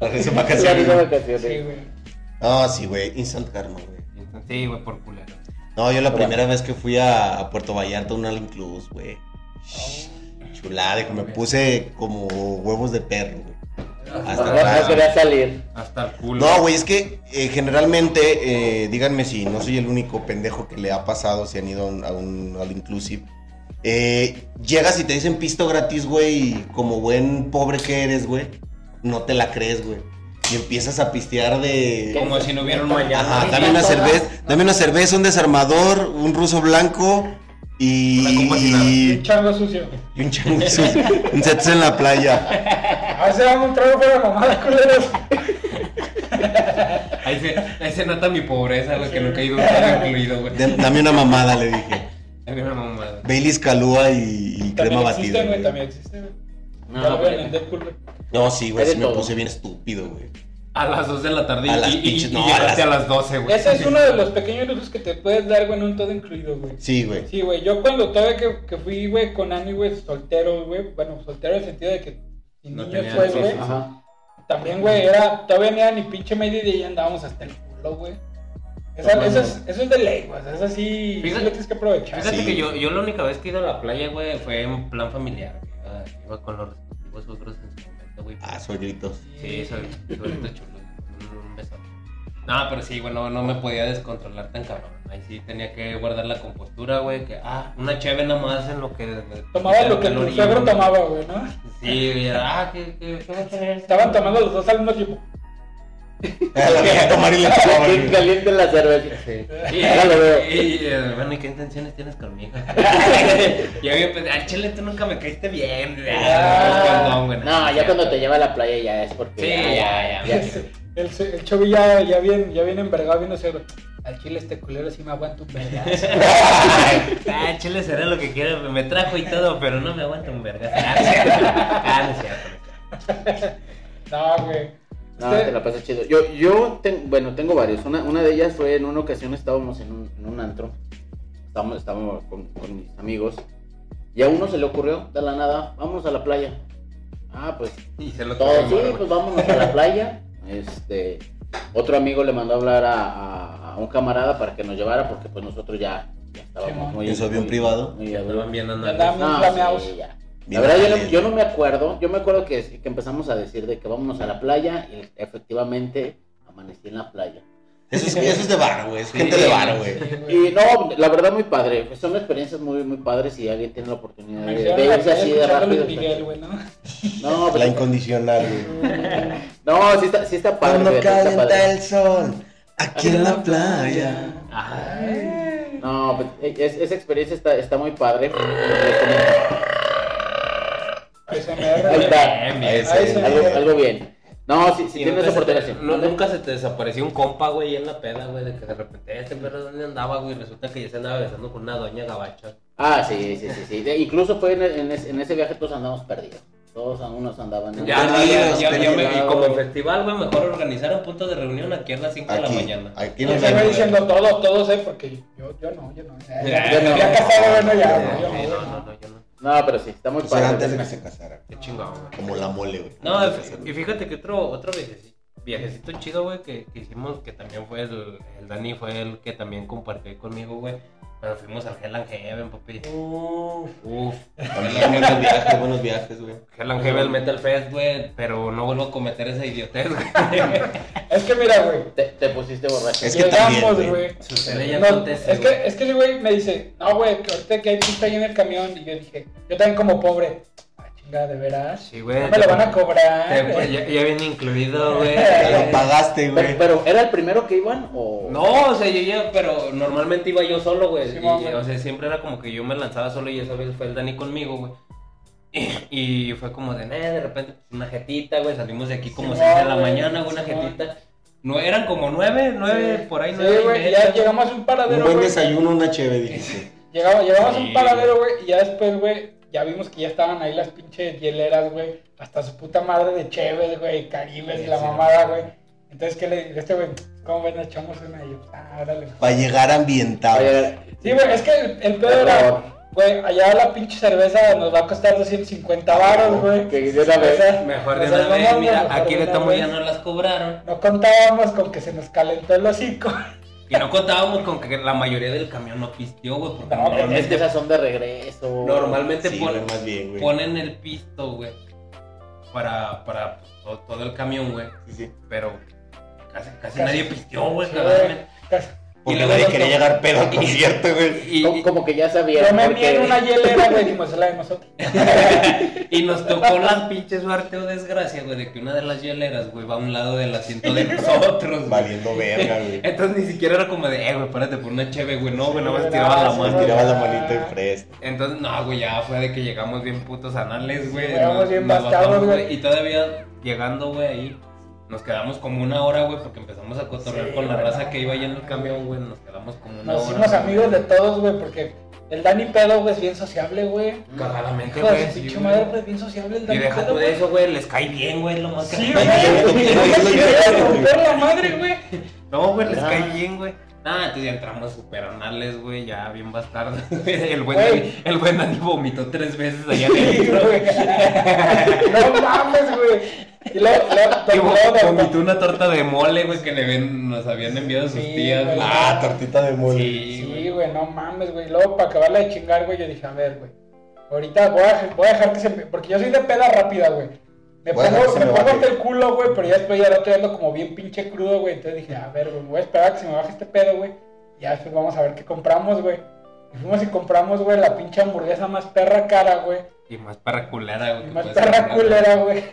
Parece
Ya
vacaciones.
vino vacaciones.
sí, güey.
No, sí, güey. Instant karma, güey.
Sí, güey, por culero.
No, yo la primera vez que fui a, a Puerto Vallarta, un all inclus, güey. Chulada, de que me puse como huevos de perro, güey.
No,
Hasta
no,
atrás.
no quería salir.
Hasta el culo.
No, güey, es que eh, generalmente, eh, díganme si no soy el único pendejo que le ha pasado si han ido a un, a un all inclusive. Eh, llegas y te dicen pisto gratis, güey, y como buen pobre que eres, güey, no te la crees, güey. Y empiezas a pistear de...
Como si no hubiera un mañana.
Ajá, dame una cerveza, dame una cerveza, un desarmador, un ruso blanco
Una
y...
copa sin nada.
Un chango sucio.
y un chango, un sets en la playa.
A veces dame un trago para mamada, culeros.
Ahí se, ahí se nota mi pobreza, güey, que nunca he ido a un carro incluido, güey.
De- dame una mamada, le dije.
Ay, una mamada.
Baileys Calúa y, y crema
También
batida.
existe, güey,
güey.
también existe, güey.
No,
Ya lo ven
pero-
en Deadpool, güey.
No, sí, güey,
Hay de
sí me
todo.
puse bien estúpido, güey.
A las 2 de la tarde y,
A las
y- y-
pinches-
y
no,
llegaste
a
a
las-
las 12, güey.
Ese es uno de los pequeños lujos que te puedes dar, güey, en un todo incluido, güey.
Sí, güey.
Sí, güey, yo cuando todavía que, que fui, güey, con Ani, güey, soltero, güey, bueno, soltero en el sentido de que sin
No
niños,
tenía
pues,
hijos,
güey,
Ajá.
también, güey, era, todavía ni era ni pinche media y ya andábamos hasta el culo, güey. Esa-
No,
eso,
no.
es, eso es de ley, güey, o sea, eso sí, sí
Fíjate-
lo tienes que aprovechar.
Fíjate
Sí.
que yo, yo la única vez que he ido a la playa, güey, fue en plan familiar. güey. Iba, iba con los respectivos suegros en su momento, güey.
Ah, soy gritos.
Sí, soy suelto chulo. Un beso. No, pero sí, güey, no, no me podía descontrolar tan cabrón. Ahí sí tenía que guardar la compostura, güey. Que, ah, una chévere nada más en lo que.
Tomaba lo que tu
el
suegro tomaba, güey, ¿no?
Sí, güey, era, ah, ¿qué, qué, qué va a tener?
Estaban tomando los dos al mismo tiempo.
La voy a tomar y le tomaba,
Bien
güey.
caliente la cerveza.
Y,
Ya lo veo.
y, eh, bueno, ¿y qué intenciones tienes conmigo? y había pensado, al chile tú nunca me caíste bien. güey.
Ah.
Perdón, güey,
No, ya cuando te lleva a la playa ya es porque.
Sí, ya, ya.
El, el Chobi ya, ya bien, ya bien envergado, bien cero. Al chile este culero sí me aguanta un vergazo.
Ah, el chile será lo que quiera, me trajo y todo, pero no me aguanto un verga. Ah, no es cierto. Ah, no es cierto.
No, güey.
No,
Usted-
Ah, te la pasas chido. Yo, yo ten- bueno, tengo varios. Una, una de ellas fue en una ocasión estábamos en un, en un antro. Estábamos, estábamos con, con mis amigos. Y a uno se le ocurrió, de la nada, vamos a la playa. Ah, pues
Y se lo
todos,
tomo,
sí,
güey.
pues vámonos a la playa. Este, otro amigo le mandó a hablar a, a- a un camarada para que nos llevara porque pues nosotros ya, ya estábamos
Sí,
muy...
¿En su avión
muy-
privado?
muy
Andaban bien
Andaban-
andando.
no,
Flameados.
sí, ya. La
Bien
verdad, yo no,
caliente.
yo no me acuerdo. Yo me acuerdo que, que empezamos a decir de que vámonos a la playa y efectivamente amanecí en la playa.
Eso es, eso es de bar, güey. Es
Sí.
gente de bar, güey.
Sí, güey.
Y no, la verdad, muy padre. Son experiencias muy, muy padres si alguien tiene la oportunidad
Me
de,
hicieron
de
la
irse
cara
así de
escuchando a
rápido.
Luis Miguel, güey, ¿no?
No,
La
pero-
incondicional, güey.
no, sí está, sí está padre.
Cuando
fíjate, está
calienta
padre.
el sol, aquí en la playa.
Ah, Ay.
No, pues, es- esa experiencia está, está muy padre. Recomiendo.
Ahí se me
Ahí
da.
está.
Bien,
Ahí
bien.
se-
Ahí se-
Algo, algo bien. No, si, si
Y
tienes
nunca se te-
oportunidad. sí.
no, nunca se te desapareció un compa, güey, en la peda, güey, de que de repente este perro dónde andaba, güey, resulta que ya se andaba besando con una doña gabacha.
Ah, sí, sí, sí, sí. De- incluso fue en, e, en es- en ese viaje todos andamos perdidos. Todos a- unos andaban. en-
Ya,
Perdidos,
ya, ya, ya me-
perdidos.
y como en festival, güey, mejor organizar un punto de reunión aquí a las 5 de la
Aquí,
mañana.
aquí
Y
nos
se me
vemos.
diciendo todos, todos, ¿eh? Porque yo, yo no, yo no. Ya,
Ya,
ya,
no.
ya casado, bueno, ya,
Ya,
güey, yo no,
Sí,
güey,
no,
no.
no, no, yo no.
No, pero sí, está muy
Eso era
padre.
antes de que se casara.
Qué chingón, güey.
Como la mole, güey.
No, y fíjate que otro, otro viajecito, viajecito chido, güey, que, que hicimos, que también fue el, el Dani, fue el que también compartió conmigo, güey. Pero fuimos al Hell and Heaven, papi.
Uf.
Uf.
También buenos viajes, buenos viajes, güey.
Hell and Heaven Metal Fest, güey. Pero no vuelvo a cometer esa idiotez, güey.
Es que mira, güey.
Te, te pusiste borracho.
Es que también, güey.
Sucede y
No,
acontece.
es, que, es que ese güey me dice, no, güey, que ahorita que hay pista ahí en el camión. Y yo dije, yo también como pobre. Ah, chingada, de veras.
Sí, güey.
No me lo van a cobrar.
Te-
güey.
pues, ya, ya viene incluido, güey.
Te lo pagaste,
Pero,
güey.
pero, ¿era el primero que iban o...?
No, o sea, yo ya, pero normalmente iba yo solo, güey.
Sí,
Y,
mamá.
o sea, siempre era como que yo me lanzaba solo y esa vez fue el Dani conmigo, güey. Y, y fue como de, "Nah", de repente, pues, una jetita, güey. Salimos de aquí como
Sí,
6 de la
mamá,
mañana, güey, una
sí,
jetita. No, eran como 9, 9, por ahí,
Sí,
9.
güey, ya llegamos a un
Un
paradero,
buen
güey.
desayuno, una cheve, dijiste.
Llegamos, llegamos a
Sí,
un paradero, güey, y ya después, güey, ya vimos que ya estaban ahí las pinches hieleras, güey. Hasta su puta madre de Chévez, güey, Caribes y la
Sí,
mamada,
sí.
güey. Entonces, ¿qué le digo? Este, güey, ¿cómo ven? Echamos una y yo, ah, órale.
Para llegar ambientado.
Oye,
Sí, güey, es que el, el pedo
Perdón.
era, güey, allá la pinche cerveza nos va a costar 250 varos, güey.
Que de una vez.
Mejor de
o sea,
una
no
vez,
mames,
mira,
mejor
aquí
de
de
una
tomo ya
vez.
no las cobraron.
No contábamos con que se nos calentó el hocico.
Y no contábamos con que la mayoría del camión no pisteó, güey. Porque
No, güey,
Es que
normalmente,
esas son de regreso.
normalmente
Sí, güey,
ponen-
más bien, güey.
ponen el pisto, güey. Para, para pues, todo, todo el camión, güey.
Sí, sí.
Pero casi, casi
Casi.
nadie pisteó, güey.
Sí,
cabrón.
Casi.
Y
Porque
luego
nadie
nos
quería
tom-
llegar pedo al concierto, güey.
Y,
Co-
y-
Como que ya sabían.
Yo me
porque-
mié en una hielera, güey, dijimos, es la de nosotros.
y nos tocó la pinche suerte o desgracia, güey, de que una de las hieleras, güey, va a un lado del asiento de nosotros, güey.
Valiendo verga, güey.
Entonces ni siquiera era como de, eh, güey, párate por una cheve, güey. No, güey, nada más
Sí,
tiraba la
gracias,
mano.
Nomás tiraba la manita y fresco.
Entonces, no, güey, ya fue de que llegamos bien putos anales, güey.
llegamos
Nos-
bien
nos
bastardos,
bajamos,
güey.
Y todavía llegando, güey, ahí nos quedamos como una hora, güey, porque empezamos a cotorrear
Sí,
con la
güey,
raza
no.
que iba ahí en el camión, güey. Nos quedamos como una
Nos
hora.
hicimos
güey.
amigos de todos, güey, porque el Dani Pedo, güey, es bien sociable, güey.
Cagadamente,
Hijo de
güey.
su
sí,
pinche
güey.
madre, güey, bien sociable el
Y
Dani
deja
Pedo.
tú
güey.
de eso, güey, les cae bien, güey, lo más que...
Sí, güey. No me quieres romper la madre, güey.
No, güey, les
Ah.
cae bien, güey. Ah, entonces ya entramos super anales, güey, ya bien bastardo. El buen,
Güey.
Dani, el buen Dani vomitó tres veces allá
Sí,
adentro.
güey. No mames, güey. Y luego,
Y
luego,
vo-
luego,
vomitó una torta de mole, güey, que le ven- nos habían enviado sus
Sí,
tías.
güey.
güey.
Ah, tortita de mole.
sí,
Sí,
güey.
güey, no mames, güey. Luego, para acabarla de chingar, güey, yo dije, a ver, güey. Ahorita voy a, voy a dejar que se me... Porque yo soy de peda rápida, güey. Me
Voy a dejar
pongo,
que se
me
me
pongo
baje.
hasta el culo, güey, pero ya después ya lo estoy dando como bien pinche crudo, güey. Entonces dije, a ver, güey, me voy a esperar a que se me baje este pedo, güey. Y Ya después vamos a ver qué compramos, güey. Y fuimos y compramos, güey, la pinche hamburguesa más perra cara, güey.
Y más perra culera, güey. que
Más
puedes
perra
comprar.
culera, güey.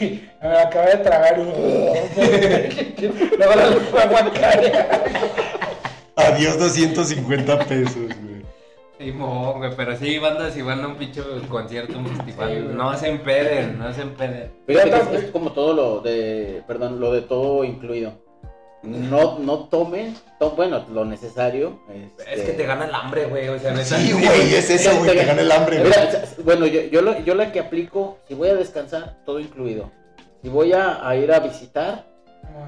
me la acabé de tragar. Luego la voy a aguantar.
Adiós 250 pesos, güey.
Sí, mo, güey, pero sí, banda, si van a un pinche concierto, un festival,
Sí, güey.
no se empeden, no se empeden.
Fíjate que
Ya
es,
está,
es como todo lo de, perdón, lo de todo incluido. No, no tomen, to- bueno, lo necesario. este,
Es que te
ganas
gana el hambre, güey, o sea, neta.
Sí, güey, es eso, güey, te gana el hambre, güey.
bueno, yo, yo, lo- yo la que aplico, si voy a descansar, todo incluido. Si voy a, a ir a visitar,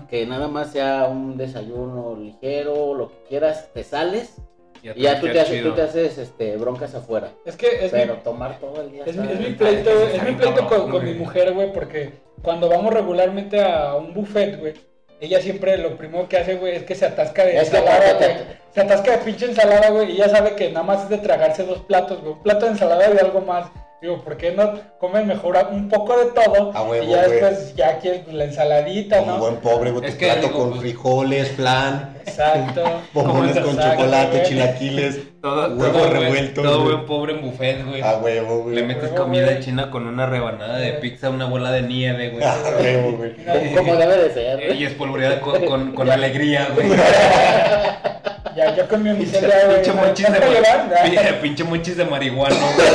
que nada más sea un desayuno ligero, lo que quieras, te sales y ya tú te, haces, tú te haces este, broncas afuera.
Es que es mi
Pero tomar todo el día.
Es mi,
está-
es mi pleito, güey, es mi pleito con, con mi
Hombre.
mujer, güey, porque cuando vamos regularmente a un buffet, güey, ella siempre lo primero que hace, güey, es que se atasca de
Es que
ensalada,
aparte-
güey. Se atasca de pinche ensalada, güey, y ella sabe que nada más es de tragarse dos platos, güey, un plato de ensalada y algo más. Digo, ¿por qué no comen mejor a- un poco de todo?
A huevo,
y ya
güey.
después ya quieres pues, la ensaladita,
Como
¿no?
buen pobre, güey,
Es
tu
que
plato
digo,
con
pues-
frijoles, flan,
Exacto.
bombones con
Exacto,
chocolate,
güey.
chilaquiles,
Todo,
huevo
todo, güey,
revuelto,
Todo
güey.
buen pobre en buffet, güey.
A huevo,
Le
güey.
metes
Huevo,
comida
güey.
china con una rebanada de
Güey.
pizza, una bola de nieve, güey.
A huevo, güey.
Como- Como debe de ser.
Eh, Y espolvoreada con, con, con alegría, güey.
Ya, yo con mi
Pinche
miseria, güey.
pinche
¿me
monchis de
vas a llevar?
mar- pinche- pinche monchis de marihuana, güey.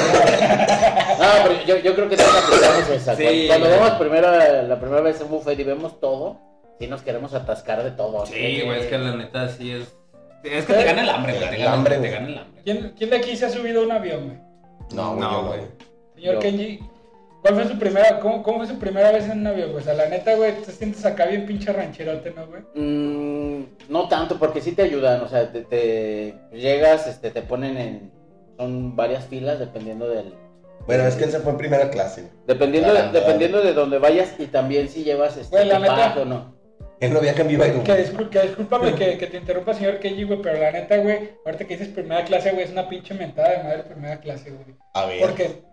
No, pero yo, yo creo que todos aplicamos esa.
Sí.
Cuando- Cuando vamos primera, la primera vez a un buffet y vemos todo, sí nos queremos atascar de todo.
Sí, güey, es que la neta sí es. Es que te gana el hambre, güey.
Te
Te
gana el hambre,
gana te
güey.
gana el hambre.
¿Quién, ¿Quién de aquí se ha subido a un avión, güey?
No, güey,
No,
yo no,
güey.
güey.
Señor
Yo.
Kenji, ¿cuál fue su primera, cómo, cómo fue su primera vez en un avión, güey? O sea, la neta, güey, te sientes acá bien pinche rancherote, ¿no, güey?
Mm, no tanto, porque sí te ayudan. O sea, te, te- llegas, este, te ponen en. Son varias filas dependiendo del.
Bueno, es que él se fue en primera clase, güey.
Dependiendo,
Claro,
de, dependiendo de dónde vayas y también si llevas este
Güey, la neta.
equipaje o no.
Él no viaja en Viva Aerobús.
Que, discul- que discúlpame que, que te interrumpa, señor Keiji, güey, pero la neta, güey, ahorita que dices primera clase, güey, es una pinche mentada de madre primera clase, güey.
A ver.
Porque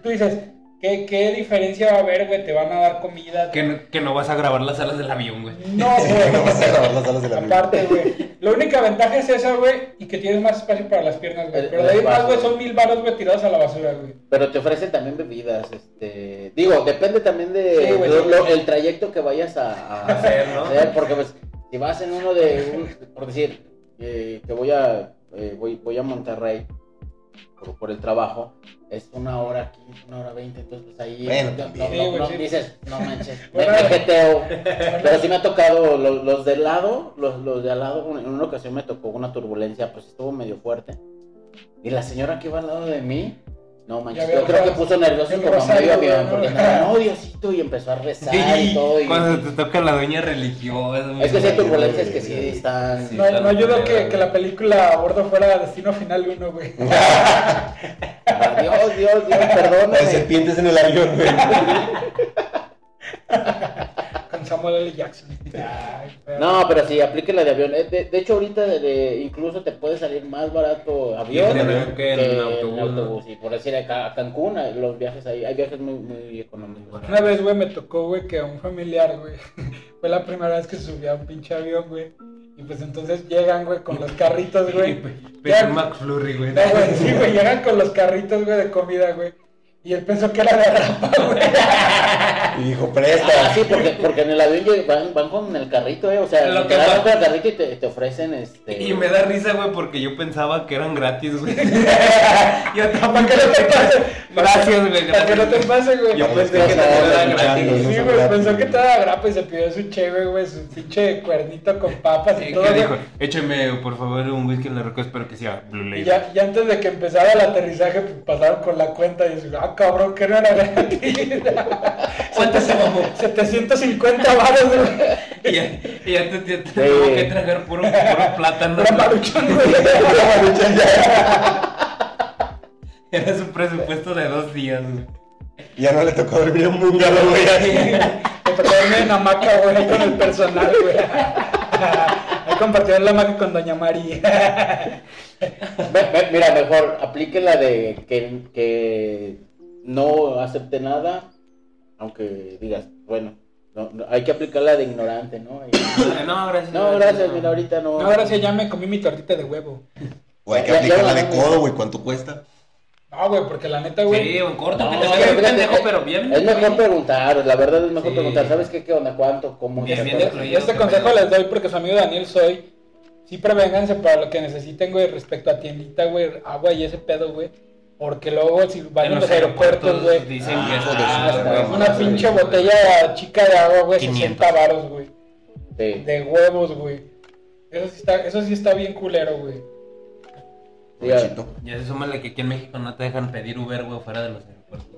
tú dices, ¿qué, qué diferencia va a haber, güey? Te van a dar comida.
Que no, que no vas a grabar las alas del avión, güey.
No,
Sí, no vas a
güey.
grabar las alas de la vida.
Aparte, güey. La única ventaja es esa, güey, y que tienes más espacio para las piernas, güey.
El-
Pero de ahí
el
más,
espacio.
güey, son mil baros, güey, tirados a la basura, güey.
Pero te ofrecen también bebidas, este... Digo, depende también de
Sí, güey,
lo-
sí.
lo- el trayecto que vayas a, a
Hacer, ¿no?
hacer, porque pues, si vas en uno de... un- por decir, eh, que voy a, eh, voy, voy a Monterrey por, por el trabajo, es una hora 15, una hora 20, entonces pues ahí...
Bueno,
no-
también.
no-
Sí,
no-
güey,
no
sí.
dices, no manches, me,
Bueno.
me jeteo. Pero sí me ha tocado, los, los de lado, los, los de al lado, en una ocasión me tocó una turbulencia, pues estuvo medio fuerte. Y la señora que iba al lado de mí, no manches,
Ya veo
yo creo que
los-
puso nervioso
el
como
rosario,
medio avión,
¿no?
porque andaba, no, Diosito, y empezó a rezar y todo. y-
Cuando te toca la doña religiosa, güey.
Es que sí hay turbulencias
Sí,
que sí están...
Sí.
No, no ayuda que, que la película a bordo fuera Destino Final 1, güey.
Ah, Dios, Dios, Dios,
Hay
perdóname.
serpientes en el avión, güey.
Con Samuel L. Jackson. Ay, pero-
No, pero sí, aplique la de avión. Eh, De, de hecho, ahorita de- de- incluso te puede salir más barato avión
Sí,
que,
que el
el
autobús,
autobús.
¿no?
Y por decir acá, a Cancún, eh, los viajes ahí, hay viajes muy, muy económicos.
Una vez, güey, me tocó, güey, que a un familiar, güey, fue la primera vez que subía a un pinche avión, güey. Y pues entonces llegan, güey, con los carritos, güey.
Peter McFlurry, güey.
No, güey, sí, güey, llegan con los carritos, güey, de comida, güey. Y él pensó que era de rapa, güey.
Y dijo,
Ah,
presta.
sí, porque, porque en el avión lleg- van, van con el carrito, eh. O sea,
Lo
lo
que
que
pasa-
van con el carrito y te, te ofrecen este.
Y me da risa, güey, porque yo pensaba que eran gratis, güey. yo
Para
tampoco
que no te pase.
Gracias, güey.
Para que no te
gracias.
pase, güey.
Yo pensé
Estás
que también
ahora
era
escuchando,
gratis.
¿no?
Sí, güey, pensó que estaba grapa y se pidió su chévere, güey, su pinche cuernito con papas y
Sí,
todo,
que
güey.
dijo, écheme, por favor, un whisky en la roca, espero que sea Blue Label.
Y ya, ya antes de que empezara el aterrizaje, pues, pasaron con la cuenta y dicen, ah, cabrón, que no era gratis.
¿Cuánto se mamó?
750 baros, güey.
Y ya, y ya te, te- te tengo que tragar puro, puro plátano.
Era maruchón, güey.
Era su presupuesto de dos días, güey.
Ya no le tocó dormir en bungalow, güey.
Me tocó dormir en hamaca, güey, ahí con el personal, güey. Ahí compartieron la hamaca con Doña María.
Ve- ve- mira, mejor aplique la de que, que no acepte nada, aunque digas, bueno, no- no, hay que aplicar la de ignorante, ¿no? Y-
No, gracias.
no, gracias, mira, ahorita no.
No, ahora sí, ya me comí mi tortita de huevo.
O hay que
Ya- ya
aplicar la de
lo-
codo, güey. ¿Cuánto cuesta?
No, güey, porque la neta, güey.
Sí, en corto,
No,
que te
es
vaya
que
bien
fíjate,
pendejo,
es-
pero bien.
Es mejor
güey.
preguntar, la verdad es mejor
Sí.
preguntar, ¿sabes qué? ¿Qué onda? ¿Cuánto? ¿Cómo?
Bien,
Esas
bien
cosas.
incluido.
Este consejo les doy porque su amigo Daniel soy. Sí, prevénganse para lo que necesiten, güey, respecto a tiendita, güey, agua y ese pedo, güey. Porque luego, si van
En
a los aeropuertos, güey,
dicen
Ah,
que
hijo de
está-
su
está-
madre.
una pinche botella chica de agua, güey,
500.
60 varos, güey.
Sí.
De huevos, güey. Eso sí está, eso sí está bien culero, güey.
Sí, a-
Chito.
Ya se súmale que aquí en México no te dejan pedir Uber, güey, fuera de los aeropuertos.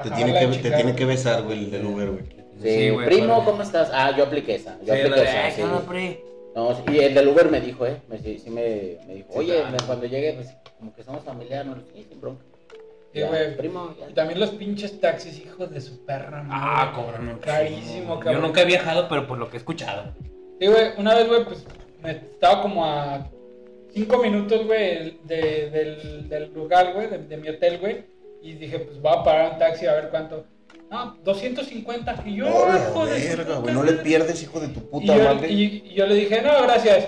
Te
Ajá,
tiene
la
que,
de
te
Chicago.
tiene que besar, güey, el del Uber, güey.
sí,
güey,
primo,
fuera.
¿cómo estás? Ah, yo apliqué esa. Yo
Sí, la
apliqué
de,
esa.
"Ay,
sí.
¿qué onda, pri?"
No, sí, y el del Uber me dijo, ¿eh? Me, sí, sí me, me dijo,
Sí,
oye,
claro.
me- cuando llegue, pues, como que somos familiares, no, sí, sin bronca.
Sí,
Ya,
güey.
primo, ya.
Y también los pinches taxis, hijos de su perra, madre.
Ah, cobran un
Carísimo,
Yo
cabrón.
nunca he viajado, pero por lo que he escuchado.
Sí, güey, una vez, güey, pues me estaba como a cinco minutos, güey, de- del, del lugar, güey, de, de mi hotel, güey. Y dije, pues voy a parar un taxi a ver cuánto. No, 250. Y yo,
Hola,
hijo de su
verga,
puta
güey. No le
madre.
pierdes, hijo de tu
Y
puta
yo,
madre.
y- y yo le dije, no, gracias.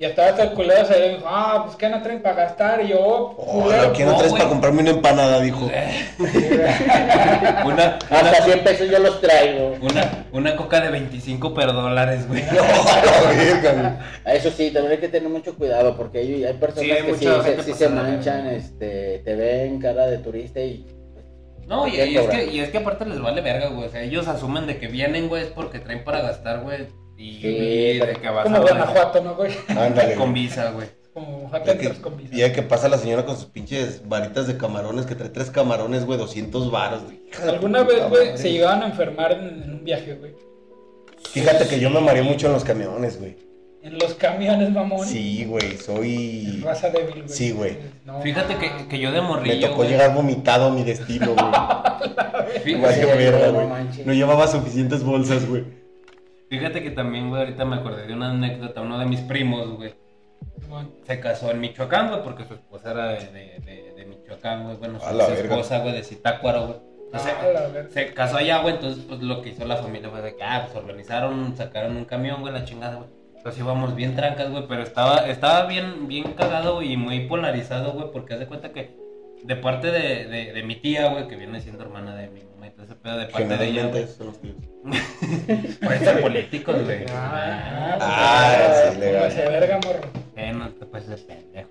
Y estaba hasta el culero, o sea, me dijo, ah, pues que no traen para gastar. Y yo, oh,
Hola,
culero.
¿qué no
no,
traes
güey.
para comprarme una empanada? Dijo.
Una, una,
Hasta 100 pesos yo los traigo.
una, una coca de 25 pero dólares, güey.
Hola, verga, güey.
Eso sí, también hay que tener mucho cuidado porque hay, hay personas
Sí, hay
que sí,
mucha
se,
gente
sí se
pasada de
manchan,
verga.
este, te ven cara de turista y...
No, y,
¿Qué
y es
cobran?
que, y es que aparte les vale verga, güey. O sea, ellos asumen de que vienen, güey, es porque traen para gastar, güey. Y,
Sí,
y de
pero-
que vas
Como
a
Guanajuato, ¿no, güey?
Ándale.
con
güey.
visa, güey.
Como
Ya
Guanajuato,
que,
entras con visa.
ya que pasa la señora con sus pinches varitas de camarones, que trae tres camarones, güey, 200 varos, güey. Hija de tu
Alguna
puta
vez, güey,
madre.
se llegaban a enfermar en, en un viaje, güey.
Fíjate que yo me mareé mucho en los camiones, güey.
En los camiones, mamón.
Sí, güey, soy...
Raza débil, güey.
Sí, güey.
No,
Fíjate que, que yo de
Me
morrillo.
tocó
güey,
llegar vomitado a mi destino, güey.
fí-
Vale,
Sí,
verga,
no
güey.
manches.
No llevaba suficientes bolsas, güey.
Fíjate que también, güey, ahorita me acordé de una anécdota. Uno de mis primos, güey,
Simón.
se casó en Michoacán, güey, porque su esposa era de, de- de- de Michoacán, güey. Bueno, su
A la
su
verga.
esposa, güey, de Zitácuaro, güey. Entonces,
Ah, la verga.
se casó allá, güey, entonces pues lo que hizo la familia fue de que, ah, pues organizaron, sacaron un camión, güey, la chingada, güey. Entonces íbamos bien trancas, güey, pero estaba, estaba bien, bien cagado güey, y muy polarizado, güey, porque haz de cuenta que de parte de, de, de mi tía, güey, que viene siendo hermana de mi mamá y todo ese pedo, de parte de ella,
Generalmente
güey,
son los tíos.
pueden ser políticos, güey.
Ah,
Ah,
ah,
sí, legal.
póngase verga, morro.
Eh, no te pases de pendejo.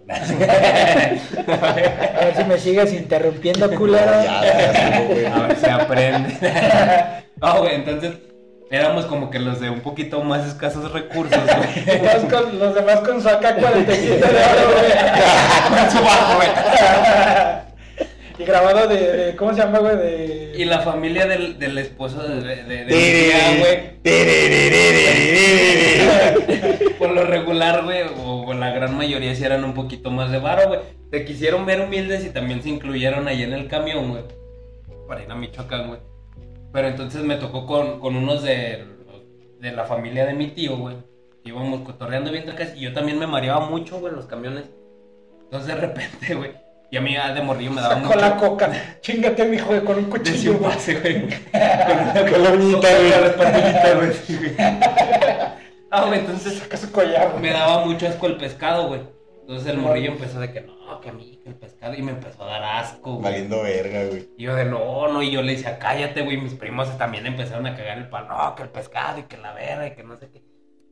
A ver si me sigues interrumpiendo, culero.
Ya, ya estuvo, güey.
A ver, se aprende. No, güey, entonces éramos como que los de un poquito más escasos recursos, güey.
Los, con- los demás con su AK-47 de oro,
Con su bajo, güey.
güey. Y grabado de, de- ¿Cómo se llama, güey? De...
Y la familia del, del esposo de, de, de- de mi tía, güey,
Tiriririririririririri.
por lo regular, güey, o, o la gran mayoría si eran un poquito más de varo, güey. Se quisieron ver humildes y también se incluyeron ahí en el camión, güey. Para ir a Michoacán, güey. Pero entonces me tocó con, con unos de, de la familia de mi tío, güey. Íbamos cotorreando bien tracas y yo también me mareaba mucho, güey, en los camiones. Entonces de repente, güey. Y a mí ah, de morrillo me daba
Sacó
mucho-
la coca. Chingate, mijo, güey, con un
Decía
cuchillo,
un
güey.
pase, güey.
Con la uñita, güey.
Con la espatulita, güey. Sí, güey. Ah, güey, entonces
Saca su collar, güey.
me daba mucho asco el pescado, güey. Entonces el morrillo
pues.
empezó de que no, que a mí, que el pescado. Y me empezó a dar asco, güey.
Valiendo verga, güey.
Y yo de no, no. Y yo le decía, cállate, güey. Y Mis primos también empezaron a cagar el pan. No, que el pescado y que la verga y que no sé qué.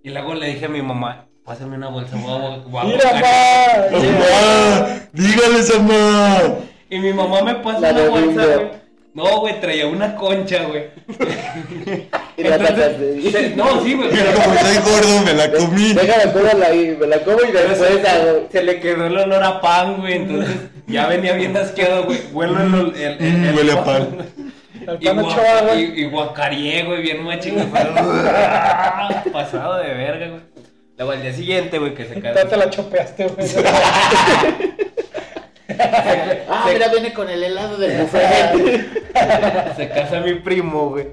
Y luego le dije a mi mamá, pásame una bolsa, voy a- voy a-
Mira, ma.
¡Mamá! ¡Dígales, mamá!
Y mi mamá me pasa
La
una
de
bolsa,
Bimbo.
güey. No, güey, traía una concha, güey.
Y la
Entonces,
sacaste.
se- no, sí, güey.
Mira como soy gordo, me la comí.
Déjame cómala ahí, me la como y
Pero
después hago.
se, se le quedó el olor a pan, güey. Entonces ya venía bien asqueado, güey. Huelo el, ol- el, el-
Mm,
el
huele a pan.
Al
Y,
pan
gua-
Ochoa, güey.
y, y guacareé, güey, bien machín. güey. Ah, Pasado de verga, güey. Luego al día siguiente, güey, que se
Ya te
cayó.
la chopeaste, güey.
Ah, mira, viene con el helado del buffet.
Se casa mi primo, güey.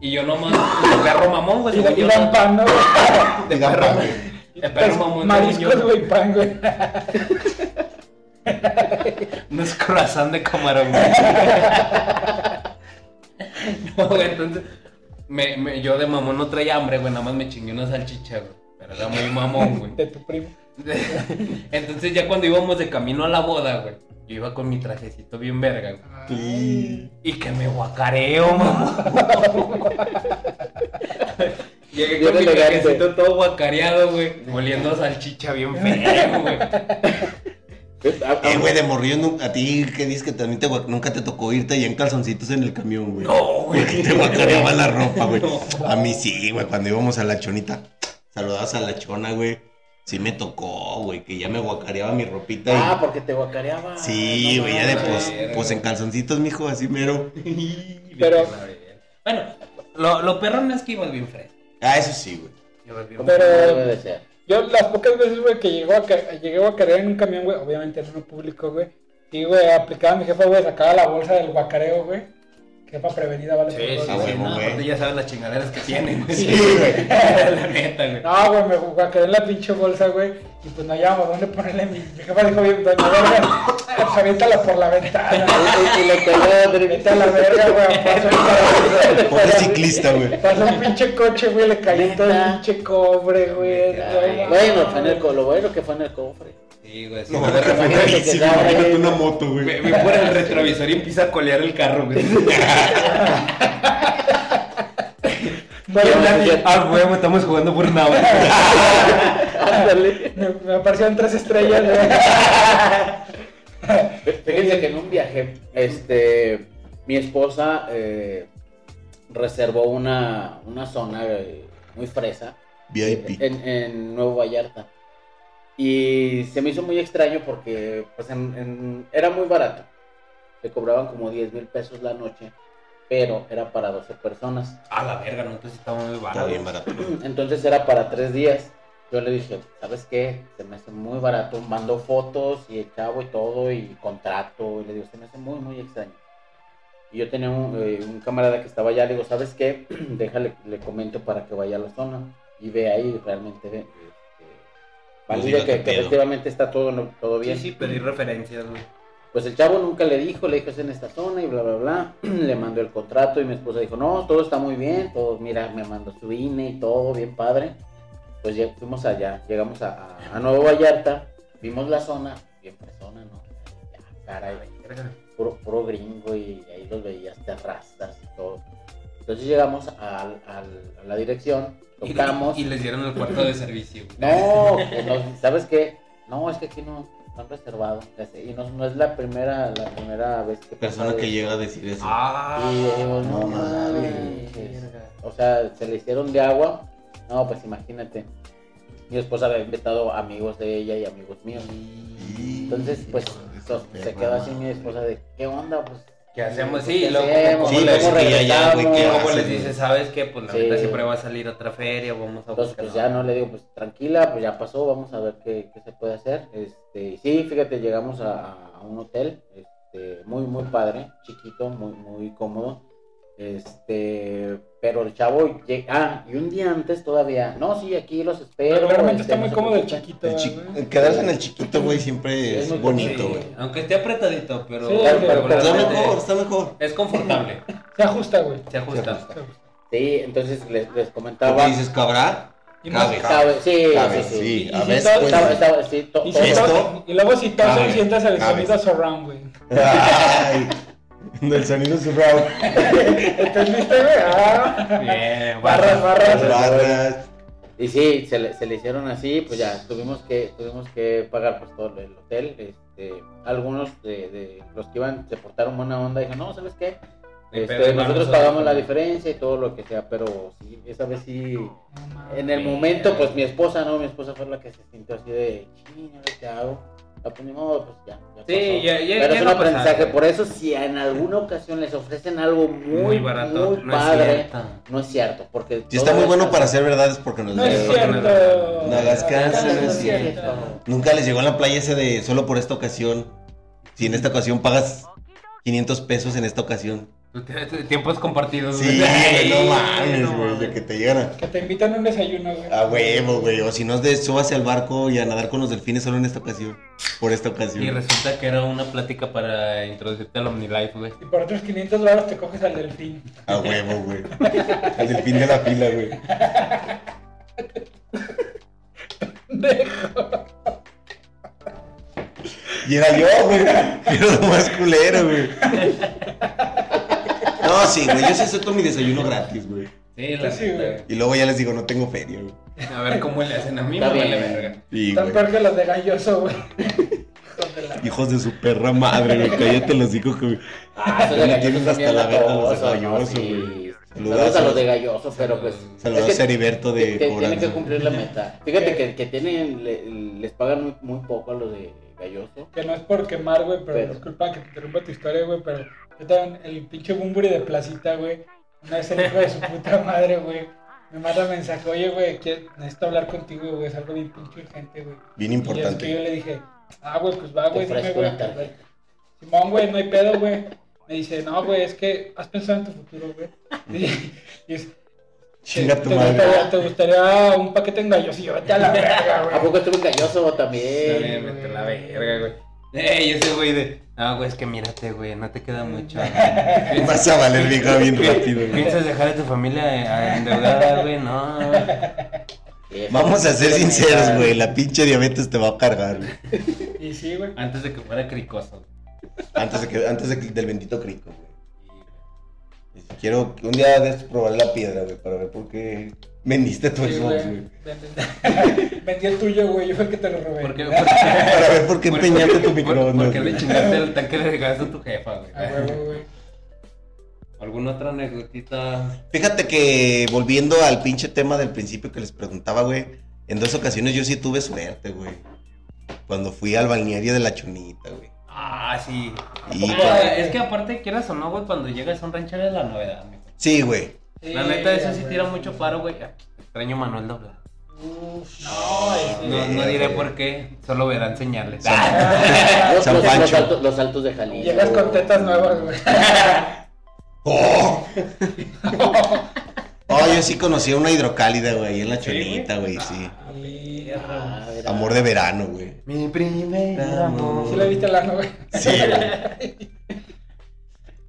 Y yo nomás, de perro mamón, güey.
Y
según
la- y
yo,
la
no-
pan, ¿no?
de
Digan
perro,
pan,
güey.
güey.
De perro mamón. según yo,
pues, Mariscos, güey, pan, güey.
No es corazón de camarón. güey. no, güey, entonces. me- me- yo de mamón no traía hambre, güey. Nada más me chingué una salchicha, güey. Pero era muy mamón, güey.
De tu primo.
Entonces, ya cuando íbamos de camino a la boda, güey. Yo iba con mi trajecito bien verga, güey.
Sí.
Y que me guacareo, mamón. Llegué
Bien
con mi
elegante.
trajecito todo guacareado, güey. Oliendo a salchicha bien feo, güey.
ah,
Eh, güey, de morrillo, nu- a ti que dices que también te, gua- nunca te tocó irte ahí en calzoncitos en el camión, güey.
No, güey.
Porque te guacareaba la ropa, güey.
No.
A mí sí, güey, cuando íbamos a la chonita, saludabas a la chona, güey. Sí me tocó, güey, que ya me guacareaba mi ropita y...
Ah, porque te guacareaba.
Sí,
No
güey, ya de
mames.
pues, pues en calzoncitos, mijo, así mero.
Pero-
Bueno, lo, lo perrón es que ibas bien fresco.
Ah, eso sí, güey.
Ibas bien
Como
Pero-
debe de ser.
Yo las pocas veces, güey, que llegó a ca- llegué a cargar en un camión, güey, obviamente era uno público, güey. Y, güey, aplicaba mi jefa, güey, sacaba la bolsa del guacareo, güey. Jefa prevenida, vale. por
Sí, sí, sí,
todo,
Ah,
güey.
huevo,
no,
güey.
aparte ya sabes las chingaderas que tienen, güey.
Sí, güey.
la neta, güey.
No, güey, me guacaré en la pinche bolsa, güey. Y pues no hallábamos dónde ponerle mi. Mi jefa dijo, bien, doña verga, pues aviéntala por la ventana.
Y- y- y le coló,
Vete a la verga, güey. Pasa un-
Pobre ciclista, güey.
Pasa un pinche coche, güey, le cayó todo el
Neta.
pinche cobre, güey. No,
Bueno, fue en el co- lo bueno que fue en el cofre.
Sí, güey. sí,
No,
güey.
que fue
imagínate que
carísimo,
estaba ahí,
imagínate una
güey.
moto,
Ve,
güey.
ve por el retrovisor y empieza a colear el carro, güey.
Bueno,
Yo la-
ah, güey, estamos jugando por nada.
Ándale.
Me, me aparecieron tres estrellas, güey.
Fíjense que en un viaje, este, mi esposa eh, reservó una, una zona eh, muy fresa
VIP.
en, en Nuevo Vallarta. Y se me hizo muy extraño porque pues, en- en- era muy barato. Le cobraban como 10 mil pesos la noche, pero era para 12 personas.
A la verga, no, entonces estamos muy
Está
barato.
bien barato.
Entonces era para tres días. Yo le dije, ¿sabes qué? Se me hace muy barato. Mandó fotos y el chavo y todo y contrato. Y le digo, se me hace muy, muy extraño. Y yo tenía un, eh, un camarada que estaba allá, le digo, ¿sabes qué? Déjale, le comento para que vaya a la zona y vea ahí realmente. ve, este, valida
diga Pues
que,
qué
que
pedo.
efectivamente está todo, no- todo
Sí,
bien.
sí, pedí referencias, güey.
Pues el chavo nunca le dijo, le dijo es en esta zona y bla, bla, bla. Le mandó el contrato y mi esposa dijo, no, todo está muy bien, todo, mira, me mandó su INE y todo, bien padre. Pues ya fuimos allá, llegamos a, a- a Nuevo Vallarta, vimos la zona, bien persona, ¿no? Ya, caray,
Verga.
puro, puro gringo y ahí los veías terrazas y todo. Entonces llegamos al- al- a la dirección,
Y-
tocamos.
Y, les dieron el cuarto de servicio, güey.
No, que no, ¿sabes qué? No, es que aquí no, no han reservado. Y no, no es la primera, la primera vez que pasa
Persona que
eso.
llega a decir eso.
Ah,
Y dijimos,
no
no
mames.
mames. O sea, se le hicieron de agua. No, pues imagínate. Mi esposa había invitado amigos de ella y amigos míos. Entonces, pues, so- se quedó así mi esposa de, ¿qué onda? Pues,
¿Qué hacemos?
¿qué
Sí, y luego,
hacemos?
¿cómo,
Sí, pues,
les,
es que ya, ya, güey, ¿qué
cómo
hacen,
pues, les
güey?
dices? ¿Sabes qué? Pues la
Ah, Sí.
neta siempre va a salir otra feria, vamos a
Entonces,
buscar.
pues ya no le digo, pues tranquila, pues ya pasó, vamos a ver qué, qué se puede hacer. Este, y sí, fíjate, llegamos a, a un hotel, este, muy, muy padre, chiquito, muy, muy cómodo. Este, pero el chavo llega, ah, y un día antes todavía, no, sí, aquí los espero.
Realmente está
este, no
muy
se
cómodo el
preocupen".
chiquito.
El
¿verdad,
chi-
güey?
Quedarse en el chiquito, güey,
Sí,
siempre
es muy
es bonito, güey.
Sí, Aunque esté apretadito, pero.
Sí,
pero
pero
la
Está
neta
mejor,
es-
está mejor.
Es confortable,
Se ajusta, güey.
se
Se
ajusta.
ajusta.
Se ajusta.
Sí, entonces les, les comentaba.
Porque dices, cabrá,
Y más-
Cabe.
Sabe- sí,
cabe,
sí, sí.
sí.
Y
A
si
veces,
todo-
pues,
Estaba- estaba- sí, to-
Y,
todo-
si
¿Esto?
to- y luego si tosas,
Cabe,
sientas el
cabe.
sonido surround, güey.
Ay, del sonido surround.
¿Entendiste, güey? Ah.
Bien,
Barras, barras.
Las barras.
Y sí, se le, se le hicieron así, pues ya tuvimos que tuvimos que pagar pues todo el hotel. Este, algunos de, de los que iban se portaron buena onda y dijeron, no, ¿sabes qué?
Ni
Este,
pedo, vamos
nosotros
a-
pagamos la diferencia y todo lo que sea, pero sí, esa vez sí, en el momento, pues mi esposa, ¿no? Mi esposa fue la que se sintió así de, ching, ¿ahora ¿qué hago? La ponemos, pues ya. ya
Sí,
pasó".
ya, ya,
Pero
ya
es un
no pasa.
aprendizaje, por eso si en alguna ocasión les ofrecen algo muy,
Muy barato,
muy
no
padre,
es cierto.
no es cierto, porque...
Si está
todo
muy
esto-
bueno para ser verdad es porque nos
No es
llega.
cierto.
No las
Ah,
canso, no es
cierto.
Nunca les llegó a la playa ese de solo por esta ocasión. Si en esta ocasión pagas 500 pesos en esta ocasión.
Tú te- te- Tiempos compartidos,
Sí, güey, no mames, güey, de
mames.
que te llegan a...
Que te invitan a un desayuno, güey.
A huevo, güey. O si no, de, súbase al barco y a nadar con los delfines solo en esta ocasión. Por esta
Y
ocasión.
resulta que era una plática para introducirte al OmniLife, güey.
Y por otros 500 dólares te coges al delfín.
A huevo, güey. El delfín de la fila, güey. Y era yo, güey. Pero lo más culero, güey. No, sí, güey. Yo sí acepto mi desayuno gratis, güey.
Sí, la
Sí,
neta,
güey.
güey.
Y luego ya les digo, no tengo feria, güey.
A ver cómo le hacen a mí,
Está
me vale
bien.
verga.
Sí,
Están
güey.
peor que los de Galloso, güey. Hijos de la-
Hijos de su perra madre, güey. Cállate los digo que.
Ah, esos de
Me
gallosos
tienes
son
hasta
bien
la verga los de
latosos, ¿no?
gallosos,
Sí.
güey.
Saludos a
Saludos.
los de gallosos, pero pues.
Saludos
es que
a Heriberto de
que- que Tienen que
Cobranza.
cumplir la meta. Fíjate que, que tienen, le- les pagan muy, muy poco a los de galloso.
Que no es por quemar, güey, pero,
Pero.
disculpa que te interrumpa tu historia, güey, pero yo también, el pinche Bumburi de Placita, güey, una vez el hijo de su puta madre, güey, me manda mensaje, oye, güey, que necesito hablar contigo, güey, es algo bien pinche urgente, güey.
Bien
Y es que yo
importante.
le dije, ah, güey, pues va,
Te
güey, dime,
ofrezco
güey.
una tarjeta.
Simón, güey, no hay pedo, güey. Me dice, no, güey, es que has pensado en tu futuro, güey. Y, y es,
Chinga
te-
tu
te
madre.
gustaría- ¿Te gustaría un paquete en gallos? Y yo, vete a la verga, güey.
¿A poco estuvo en galloso
Dale,
también?
vete a la verga, güey. Ey, ese güey de. Ah, güey, es que mírate, güey, no te queda mucho. güey.
Vas a valer vieja bien
¿Pi-
rápido, güey.
¿Piensas dejar a tu familia eh, endeudada, güey? No.
Sí, eso
Vamos a
es
ser
una
sinceros,
meta.
güey. La pinche diabetes te va a cargar, güey.
Y sí, güey.
Antes de que fuera cricoso.
Antes, de que, antes de que- del bendito crico, güey. Y si Quiero que un día de estos probaré la piedra, güey, para ver por qué vendiste tu
Sí,
Xbox,
güey.
güey.
Vendí- Vendí el tuyo, güey. Yo fue el que te lo robé.
¿Por qué? Porque,
Para ver por qué empeñaste tu microondas.
porque le
güey.
chingaste el tanque de gas a tu jefa, güey.
A huevo, Ah, güey.
¿Alguna otra anécdotita?
Fíjate que volviendo al pinche tema del principio que les preguntaba, güey. En dos ocasiones yo sí tuve suerte, güey. Cuando fui al balneario de la chunita, güey.
Ah, sí.
Y
Ah,
cuando-
es que aparte, quieras o no, güey, cuando llegas a un rancho es la novedad, mijo.
Sí, güey.
La neta, eso sí
güey.
tira mucho paro, güey. Extraño Manuel Dobla.
Uf, no, ese-
No, no diré por qué, solo verán señales.
Son-
Los,
San
los- los
Pancho.
altos, los altos de Jalisco.
Llegas con tetas nuevas, güey.
¡Oh! Oh, yo sí conocí a una hidrocálida, güey, ahí en la chonita, güey, sí.
Mierda.
Ah, verá.
Amor de verano, güey.
Mi primer amor.
Sí la viste la güey.
Sí, güey.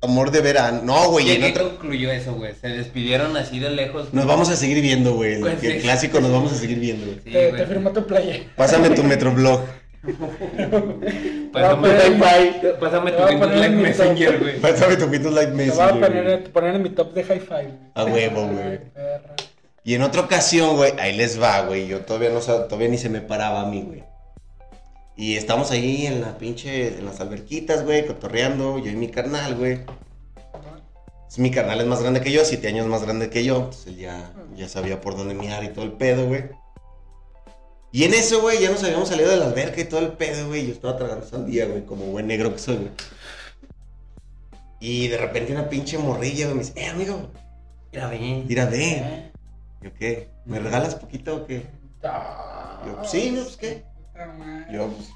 Amor de verano. No, güey,
Oye,
en
¿qué
otra-
concluyó eso, güey? Se despidieron así de lejos.
Nos vamos a seguir viendo, güey. El,
Pues sí.
el clásico nos vamos a seguir viendo, güey.
Sí,
te,
güey.
te firmó tu playa.
Pásame tu metroblog.
Pásame,
Te voy
Bye.
pásame
te
tu
voy a
Windows
poner
Live
mi
Messenger,
top.
güey.
Pásame tu Windows Live
Te voy a
Messenger.
poner,
güey.
en- poner en mi top de hi-fi.
A huevo, güey.
Ay, perra.
Y en otra ocasión, güey, ahí les va, güey. Yo todavía no sab- todavía ni se me paraba a mí, güey. Y estamos ahí en la pinche, en las alberquitas, güey, cotorreando, yo y mi carnal, güey. Pues, Mi carnal es más grande que yo, siete años más grande que yo. Pues él ya, ya sabía por dónde mirar y todo el pedo, güey. Y en eso, güey, ya nos habíamos salido de la alberca y todo el pedo, güey. Yo estaba tragando sandía, güey, como buen negro que soy, güey. Y de repente una pinche morrilla, güey, me dice, eh, amigo,
Mira, ven.
mira, ven. ¿Yo qué? ¿Me regalas poquito o qué?
Ah,
Yo, pues, sí, no, pues, ¿qué?
puta madre.
Yo, pues,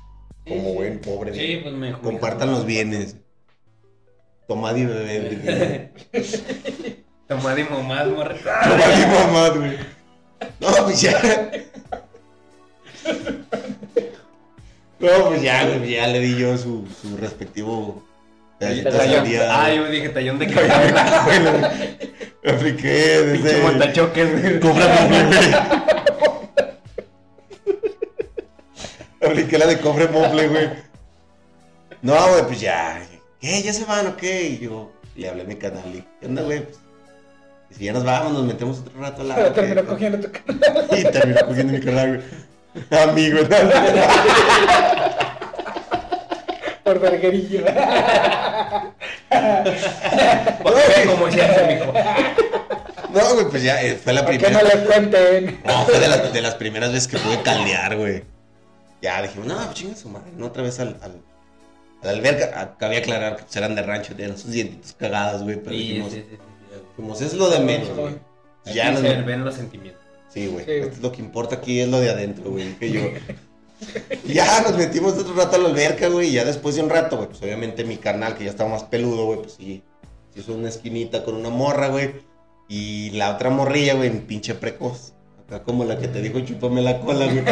como buen pobre.
Sí, pues me
Compartan los bienes. Tomad y bebé.
Tomad y mamás, morra.
Tomad y mamad, güey. No, pues ya. No, pues ya, güey, ya le di yo su, su respectivo pedacito de
Tallón.
sandía.
Ah,
güey.
yo dije tallón de cabeza.
Bueno, me apliqué
Pinche
desde...
montachoques, güey.
Cómprame un mofle. Apliqué la de cofre mofle, güey. No, güey, pues ya. ¿Qué? ¿Ya se van o qué? Y yo le hablé a mi canal. y, ¿Qué onda, güey? Pues, y si ya nos vamos, nos metemos otro rato al
Pero
agua.
terminó
¿qué?
cogiendo tu cara.
Y terminó cogiendo mi canal, güey. Amigo, ¿no?
por verguerillo.
Ve cómo se hace, mijo.
No, güey, pues ya eh, fue la
Para que
primera.
no le cuenten.
No, fue de las, de las primeras veces que pude caldear, güey. Ya dijimos, no, pues chinga su madre, no otra vez al, al, a la alberca. Ah, Cabía aclarar que pues, eran de rancho, tenían sus dientitos cagados, güey, pero
Sí,
dijimos,
sí, sí, sí, sí.
dijimos, es lo de menos, güey. Ya
Aquí
nos...
se ven los sentimientos.
Sí, güey,
Sí, güey.
esto es lo que importa aquí, es lo de adentro, güey, que yo... ya nos metimos otro rato a la alberca, güey, y ya después de un rato, güey, pues obviamente mi carnal, que ya estaba más peludo, güey, pues sí, se hizo una esquinita con una morra, güey, y la otra morrilla, güey, en pinche precoz. Acá como la que te dijo, chúpame la cola, güey.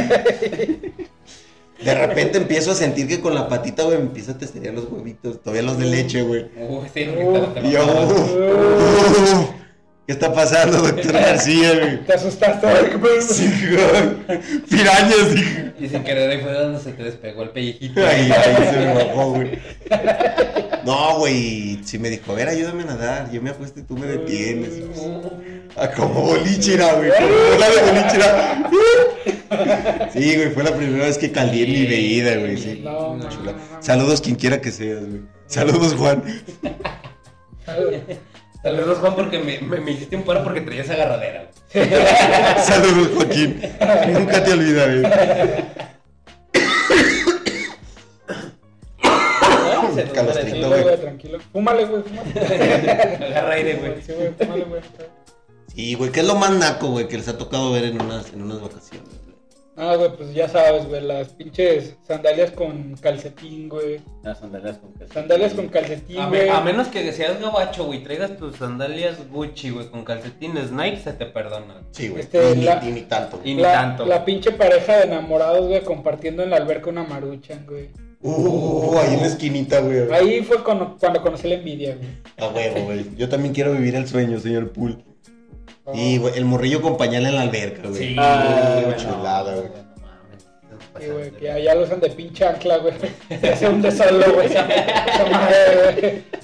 De repente empiezo a sentir que con la patita, güey, me empieza a testear los huevitos, todavía los de leche, güey.
Uh, sí, porque te- te
Y yo,
mamaron.
"Uh, uh, ¿qué está pasando, doctor García, güey?
Te asustaste. güey, qué pedo.
Sí, güey. Pirañas, dije.
Y sin querer ahí fue donde se te despegó el pellejito.
Ahí, ahí se me bajó, güey. No, güey. Si me dijo, a ver, ayúdame a nadar. Yo me apuesto y tú me detienes. Ah, como bolichera, güey. Como bola de bolichera. Sí, güey. Fue la primera vez que caldeé mi bebida, güey. Sí.
No, no,
Chula.
no.
Saludos quien quiera que seas, güey. Saludos, Juan.
Saludos, Juan, porque me, me, me hiciste un paro porque traías agarradera. güey.
Saludos, Joaquín. Nunca te olvidaré.
Se nos
Calostito, No,
pareció,
Tranquilo,
güey.
güey, tranquilo. Fúmale, güey, fúmale.
Agarra aire, güey.
Sí, güey, fúmale, güey.
Sí, güey. ¿Qué es lo más naco, güey, que les ha tocado ver en unas, en unas vacaciones, güey?
Ah, güey, pues ya sabes, güey, las pinches sandalias con calcetín, güey.
Las sandalias con calcetín.
Sandalias con calcetín,
A,
güey.
me- a menos que seas gabacho, güey, traigas tus sandalias Gucci, güey, con calcetines Nike, se te perdona.
Sí, güey.
Este,
ni,
la-
ni- ni tanto, güey.
Y ni
la,
tanto.
la pinche pareja de enamorados, güey, compartiendo en la alberca una maruchan, güey.
Uh, ahí en la esquinita, güey.
Ahí fue cuando, cuando conocí la envidia, güey.
A huevo, güey. Yo también quiero vivir el sueño, señor Pool.
No,
Y, güey, el morrillo con pañal en la alberca, güey.
Sí,
Ah,
güey,
chulada, güey.
No mames, se nos
Sí, güey,
pasaron
que
de-
allá lo usan de pinche ancla, güey. Se hace un desalo, güey. Esa- esa madre, güey.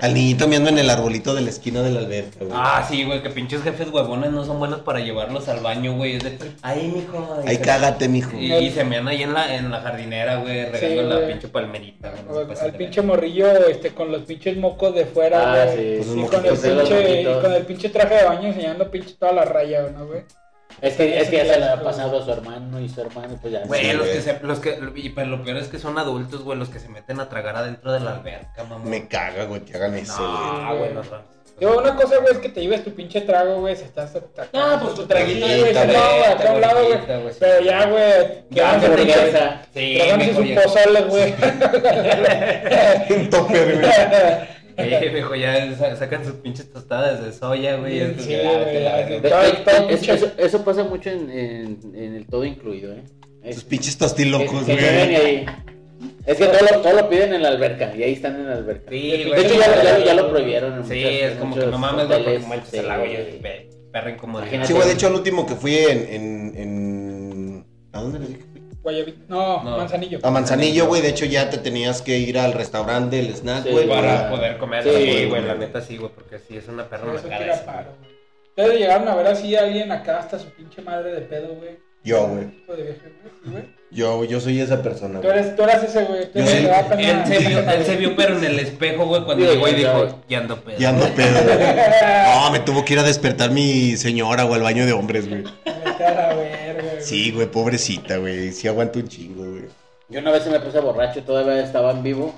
Al niñito meando en el arbolito de la esquina de la alberca, güey.
Ah, sí, güey, que pinches jefes huevones no son buenos para llevarlos al baño, güey. Es de, ay, mijo. y
Ahí
se-
cágate, mijo.
Y, y se mean ahí en la, en la jardinera, güey, regando la
güey.
pinche palmerita, güey. no se
Al-
pasen
Al
de
pinche morrillo, este, con los pinches mocos de fuera,
Ah,
güey.
sí.
Pues un
Y
Los
con, el
moquitos de los
pinche, y con el pinche traje de baño enseñando pinche toda la raya, güey, ¿no, güey?
Es que, es que ya se le ha pasado a su hermano y su hermano, pues ya.
Güey,
Sí,
los
güey.
que se, los que, y pero lo peor es que son adultos, güey, los que se meten a tragar adentro de la alberca, mamón.
Me caga, güey, que hagan eso, güey.
No, güey, no son.
Yo, una cosa, güey, es que te lleves tu pinche trago, güey, se estás atacando.
No, pues tu traguito
de
güey, se
tableta,
no, güey, acá a un lado,
tableta,
güey.
güey, sí.
Pero ya, güey, que
Ya,
van
Ah,
a
pero
tener-
hamburguesa.
Sí,
Tráganse
mejor
sus
ya.
pozoles, güey.
Un topper, güey.
Eh, viejo, ya sa- sacan sus pinches tostadas de soya, güey.
Bien,
Esto-
sí,
ah,
güey,
que la-
así.
Ve-
Todo-
ve-
todo
es-
mucho.
eso, eso pasa mucho en, en- en el todo incluido, ¿eh?
Sus
Es,
pinches tostilocos,
que- que vienen y
güey.
ahí- Es que todo lo, todo lo piden en la alberca y ahí están en la alberca.
Sí,
De
güey.
hecho, ya, ya- ya lo prohibieron. En
Sí,
muchas-
es
en
como que
muchos
no mames, güey, porque
hoteles,
manchas
sí,
el agua,
güey.
yo, ve, perra incomodidad.
Imagínate.
Sí, güey, de hecho, el último que fui en. en, en- ¿A dónde les dije?
Guayabito. No,
No.
manzanillo.
A Manzanillo, güey. De hecho, ya te tenías que ir al restaurante, del snack,
Sí,
güey.
Para
para-
poder comer,
Sí,
sí, güey,
güey.
la neta sí, güey, porque sí, es una perra
Eso
macada
tira
esa, güey.
paro, güey. Ustedes llegaron a ver así a alguien acá hasta su pinche madre de pedo, güey.
Yo, güey.
Ese tipo de viaje, güey, sí, güey.
Yo, yo soy esa persona,
Tú
güey.
eres, tú eras ese, güey. Tú
Yo
eres el
sí.
que da pena.
Él se, vio, él se vio, pero en el espejo, güey, cuando
Sí,
llegó y
ya,
dijo,
güey.
ya ando pedo.
Ya ando pedo, güey. No, me tuvo que ir a despertar mi señora, güey, al baño de hombres, güey.
Vete a la verga, güey.
Sí, güey, pobrecita, güey. Sí aguanta un chingo, güey.
Yo una vez se me puse borracho, todavía estaba en vivo.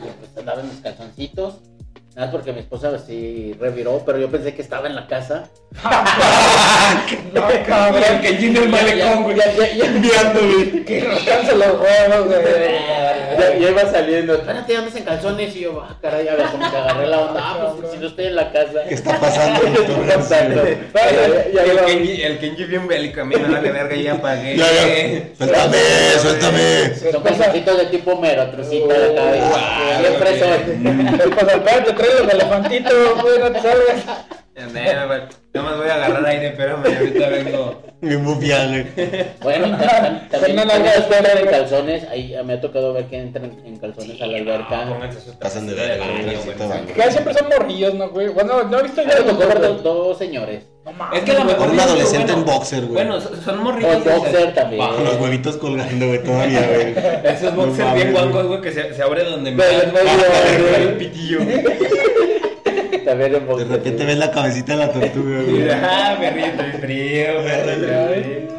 y, pues, andaba en mis calzoncitos. Nada más porque mi esposa pues, sí reviró, pero yo pensé que estaba en la casa.
No, cabrón.
en el malecón, güey.
Ya, ya, ya,
Que rascarse los huevos, güey.
ya- ya iba saliendo. Espérate, ya me hice en calzones. Y yo, ah, caray, a ver, como que agarré la onda. Ah, pues si no estoy en la casa.
¿Qué está pasando?
¿Qué está pasando? Ya- ya- ya
El
iba-
Kenji, el Kenji bien bélico, a mí me vale verga, ya pagué.
Ya,
Eh,
ya. Suéltame, suéltame.
Son calzoncitos de tipo mero, trucita de ah, cabeza.
Guau,
Siempre
güey.
son.
Pues espérate, trae los elefantitos, güey, no te salgas.
Ya, ya, güey. Nada más voy a agarrar aire, espérame, ahorita vengo.
Mi bufia, güey.
Bueno, tam- tam- también
Fernando,
también
ya,
entran en
ya.
calzones. Ahí ah, me ha tocado ver que entran en calzones a la alberca.
Pónganse sus
Pasan de
trajes
verga,
baño,
güey,
güey.
sí, está
Que siempre son morrillos, ¿no, güey? Bueno, no he visto
Ya
yo
me tocó ver dos,
los
dos señores.
No mames.
Es que a lo
güey.
mejor.
Un
no,
adolescente
bueno,
en boxer, güey.
Bueno, son son morritos.
O boxer también.
Va,
Con los huevitos colgando, güey, todavía, güey.
Esos
No
boxers
mames,
bien
güey.
guangos, güey, que se, se abre donde me. Ah,
Pero en medio,
el
güey.
pitillo.
También en
De
boxer.
repente ves la cabecita de la tortuga, güey.
Ah, me río, estoy frío, me río.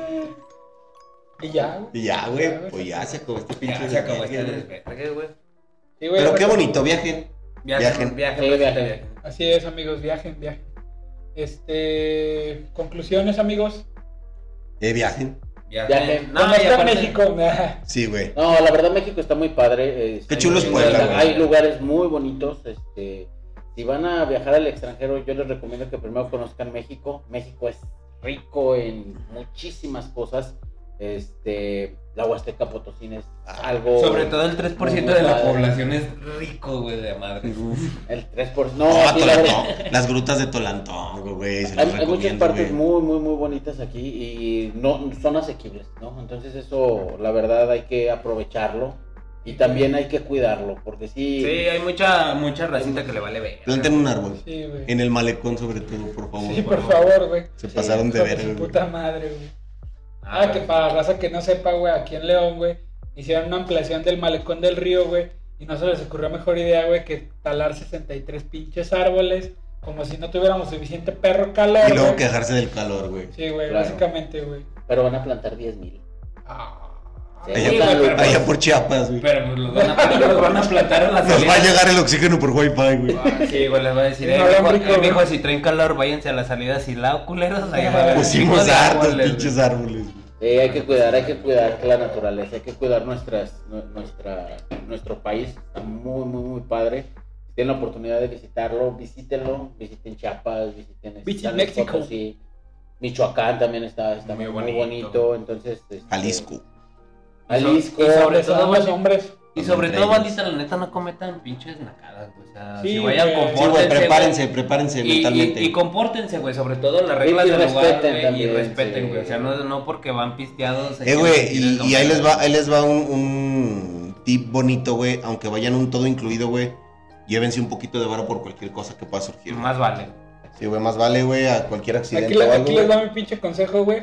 Y ya, güey.
Y ya, güey, pues ya se acabó este pinche
Ya se acabó este
desvergue, güey.
desvergue, güey.
Sí, güey,
Pero
pues,
qué bonito, viajen.
Viajen,
Viajen.
viajen,
Sí,
pues,
viajen.
viajen.
Así es, amigos, viajen, viajen. Este. Conclusiones, amigos.
Eh, viajen.
Viajen.
No,
No,
y
está
aparte-
México. nah.
Sí, güey.
No, la verdad México está muy padre. eh,
Qué
hay-
chulo es
hay-
Puebla, güey.
Hay lugares muy bonitos. Este, si van a viajar al extranjero, yo les recomiendo que primero conozcan México. México es rico en muchísimas cosas. Este, la Huasteca Potosina es
Ah,
algo.
Sobre todo el 3% de la población es rico, güey, de madre.
El 3%. No,
Ah,
sí, la verdad-
Tolantón. Las grutas de Tolantón, güey. Se
Hay,
las
hay muchas
recomiendo, güey.
partes muy, muy, muy bonitas aquí y no son asequibles, ¿no? Entonces eso, la verdad, hay que aprovecharlo y también hay que cuidarlo, porque sí,
Sí, hay mucha, mucha racita que le vale ver.
Planten un árbol.
Sí, güey.
En el malecón, sobre todo, por favor.
Sí, por favor, güey.
Se
Sí,
pasaron de
Hijo su
ver, güey.
puta madre, güey. Ah, que para raza que no sepa, güey, aquí en León, güey, hicieron una ampliación del malecón del río, güey, y no se les ocurrió mejor idea, güey, que talar 63 pinches árboles, como si no tuviéramos suficiente perro calor,
Y luego
güey.
quejarse del calor, güey.
Sí, güey,
Claro.
básicamente, güey.
pero van a plantar 10.000 mil.
Ah.
Sí,
Allá,
güey, pero-
allá por Chiapas, güey.
Pero pues, los van a plantar, los van a plantar en las
Nos va a
salidas.
llegar el oxígeno por Wi-Fi, güey.
Ah, Sí, güey, les va a decir, eh,
No,
mijo,
hombre,
eh,
cabrón.
mijo, si traen calor, váyanse a la salida, si la culeros, ahí va a haber un
Pusimos
chingo de
hartos
árboles,
pinches
güey.
árboles. güey.
Sí, hay que cuidar, hay que cuidar la naturaleza, hay que cuidar nuestras, nu- nuestra, nuestro país, está muy, muy, muy padre. Si tienen la oportunidad de visitarlo, visítenlo, visiten Chiapas, visiten
Visit
San Luis
México.
Potosí. Michoacán también está, está
Muy
muy,
bonito.
bonito. entonces... este,
Jalisco.
Jalisco. pues,
Y sobre
Sobre
todo,
todo los
güey,
hombres.
Y sobre todo, bandita, la neta, no cometan pinches nacadas, güey. O sea,
Sí,
si vayan,
güey.
Sí,
compórtense.
güey,
güey.
prepárense, prepárense
Y,
mentalmente.
y, y compórtense, güey, sobre todo las reglas
Y- y
del lugar,
respeten
güey, y
también,
respeten,
sí.
güey. O sea, no, no porque van pisteados.
Eh, güey, y, y ahí les va, ahí
el...
les va un, un tip bonito, güey. Aunque vayan un todo incluido, güey. Llévense un poquito de varo por cualquier cosa que pueda surgir. güey.
Más vale.
Sí, güey, más vale, güey, a cualquier accidente
Aquí,
o
le-
algo.
aquí les
güey,
da mi pinche consejo, güey.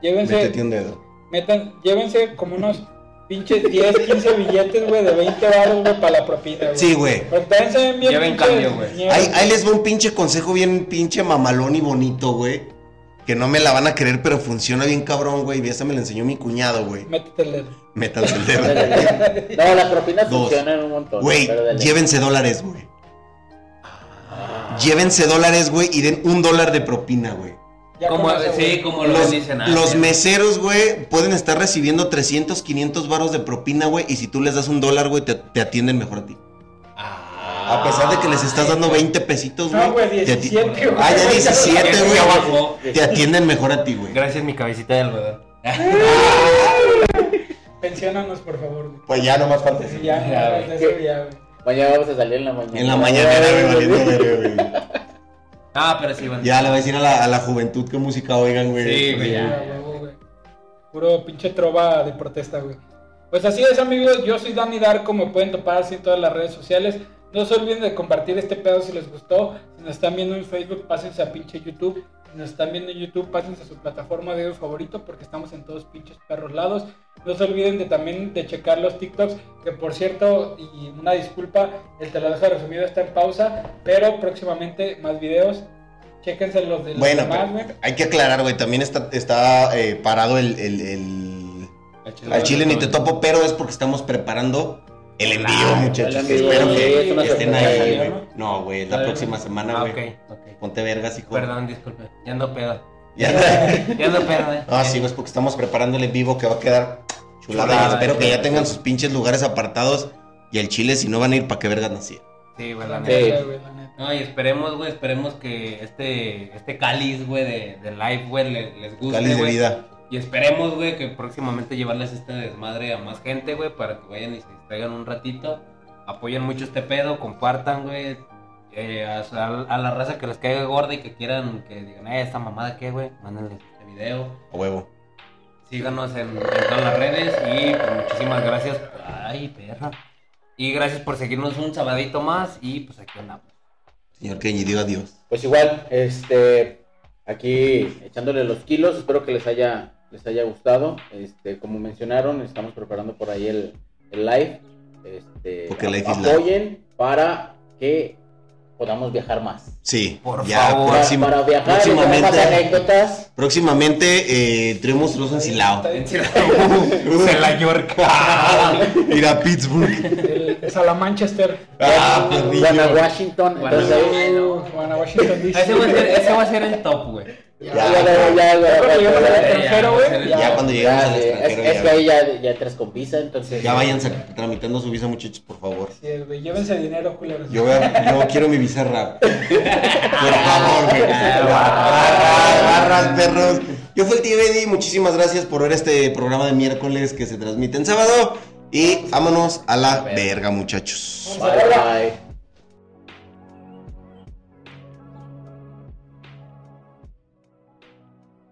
Métete
Llévense,
un dedo.
metan, llévense como unos pinches 10, 15 billetes, güey, de 20 baros, güey, para la propina, güey.
Sí, güey.
Porque también se ven bien
Lleven
pinches
cambio, güey.
ñeros,
Ahí, ahí les va un pinche consejo bien pinche mamalón y bonito, güey. Que no me la van a creer, pero funciona bien cabrón, güey. Y esa me la enseñó mi cuñado, güey.
Métete el dedo.
Métanse el dedo.
No, las propinas
Dos.
funcionan un montón.
Güey,
pero dale.
llévense dólares, güey. Llévense dólares, güey, y den un dólar de propina, güey.
Ya
Como,
con eso,
sí,
güey.
como lo
Los,
dicen. ah,
los
sí.
meseros, güey, pueden estar recibiendo 300, 500 varos de propina, güey. Y si tú les das un dólar, güey, te, te atienden mejor a ti.
Ah,
A pesar de que les estás dando 20 pesitos, güey.
No, güey,
te ati-
17, güey.
Ah, ya 17,
Bien,
güey.
ya bajó.
Te atienden mejor a ti, güey.
Gracias, mi cabecita de algodón.
Pensiónanos, por favor. güey.
Pues ya nomás falta eso.
Sí, ya,
Ya,
güey,
güey.
eso ya, güey.
Mañana vamos a salir en la mañana.
En la mañana, güey, valiendo verga, güey.
Ah, pero sí, bueno.
Ya le va a decir a la, a la juventud qué música oigan, güey.
Sí, güey, ya.
Ya, huevo, güey. Puro pinche trova de protesta, güey. Pues así es, amigos. Yo soy Dani Darko. Me pueden topar así en todas las redes sociales. No se olviden de compartir este pedo si les gustó. Si nos están viendo en Facebook, pásense a pinche YouTube. Si nos están viendo en YouTube, pásense a su plataforma de audio favorito porque estamos en todos pinches perros lados. No se olviden de también de checar los TikToks, que por cierto, y una disculpa, el te lo dejo resumido está en pausa, pero próximamente más videos. Chéquense los de los
Bueno,
demás,
pero
güey.
hay que aclarar, güey. También está, está eh, parado el, el, el, al chile ni te topo, pero es porque estamos preparando el envío,
Ah,
muchachos.
el envío,
Espero
sí,
que
es una
estén
sorpresa,
ahí,
¿no?
güey. No, güey, la
Ah,
próxima semana,
Ah,
güey.
ok, ok.
Ponte vergas, hijo.
Perdón, disculpe. Ya ando pedo.
Ya.
Ya ando pedo, eh.
Ah, sí, güey, es porque estamos preparando el en vivo que va a quedar chulada.
Chulada,
Y espero que ya
güey.
tengan sus pinches lugares apartados. Y el chile, si no van a ir, ¿para qué vergas nací?
Sí, güey, la
Sí,
neta.
güey, la neta.
No, y esperemos, güey, esperemos que este, este cáliz, güey, de, de live, güey, le- les, guste,
Cáliz de
güey.
vida.
Y esperemos, güey, que próximamente llevarles este desmadre a más gente, güey, para que vayan y se distraigan un ratito. Apoyen mucho este pedo, compartan, güey. eh, a, a- a la raza que les caiga gorda y que quieran, que digan, eh, esta mamada qué, güey, mándenle este video.
A huevo.
Síganos en, en todas las redes y pues, muchísimas gracias. Ay, perra. Y gracias por seguirnos un sabadito más y pues aquí andamos.
Señor Kenji, diga adiós.
Pues igual, este, aquí echándole los kilos, espero que les haya, les haya gustado. Este, como mencionaron, estamos preparando por ahí el, el live. Este,
Porque live is live.
apoyen para que podamos viajar más.
Sí,
Por
ya
favor.
Para,
próximo-
para viajar y tener más
próximamente,
anécdotas.
próximamente eh, Trio Monstruoso en Silao.
Se la York.
Ir a Pittsburgh.
El Salamanchester.
Ah,
van
perrillo.
a Washington. Entonces, ahí-
Uh, bueno, Washington DC.
Ese va, a ser, ese va a ser el top, güey.
ya, ya, ya, ya, ya,
Yo creo que llegamos
ya,
al
ya,
extranjero, güey.
Ya,
Ya cuando llegamos
ya,
al
eh, es,
extranjero,
es
ya,
que ahí ya, ya tres con visa, entonces.
ya váyanse tramitando su visa, muchachos, por favor.
Sí, güey, Llévense dinero, culeros.
Yo, voy a- yo quiero mi visa rap. Por favor, güey.
Ah,
Barras, barras, perros. Yo fui el TVD, muchísimas gracias por ver este programa de miércoles que se transmite en sábado. Y vámonos a la verga, muchachos.
Bye, bye.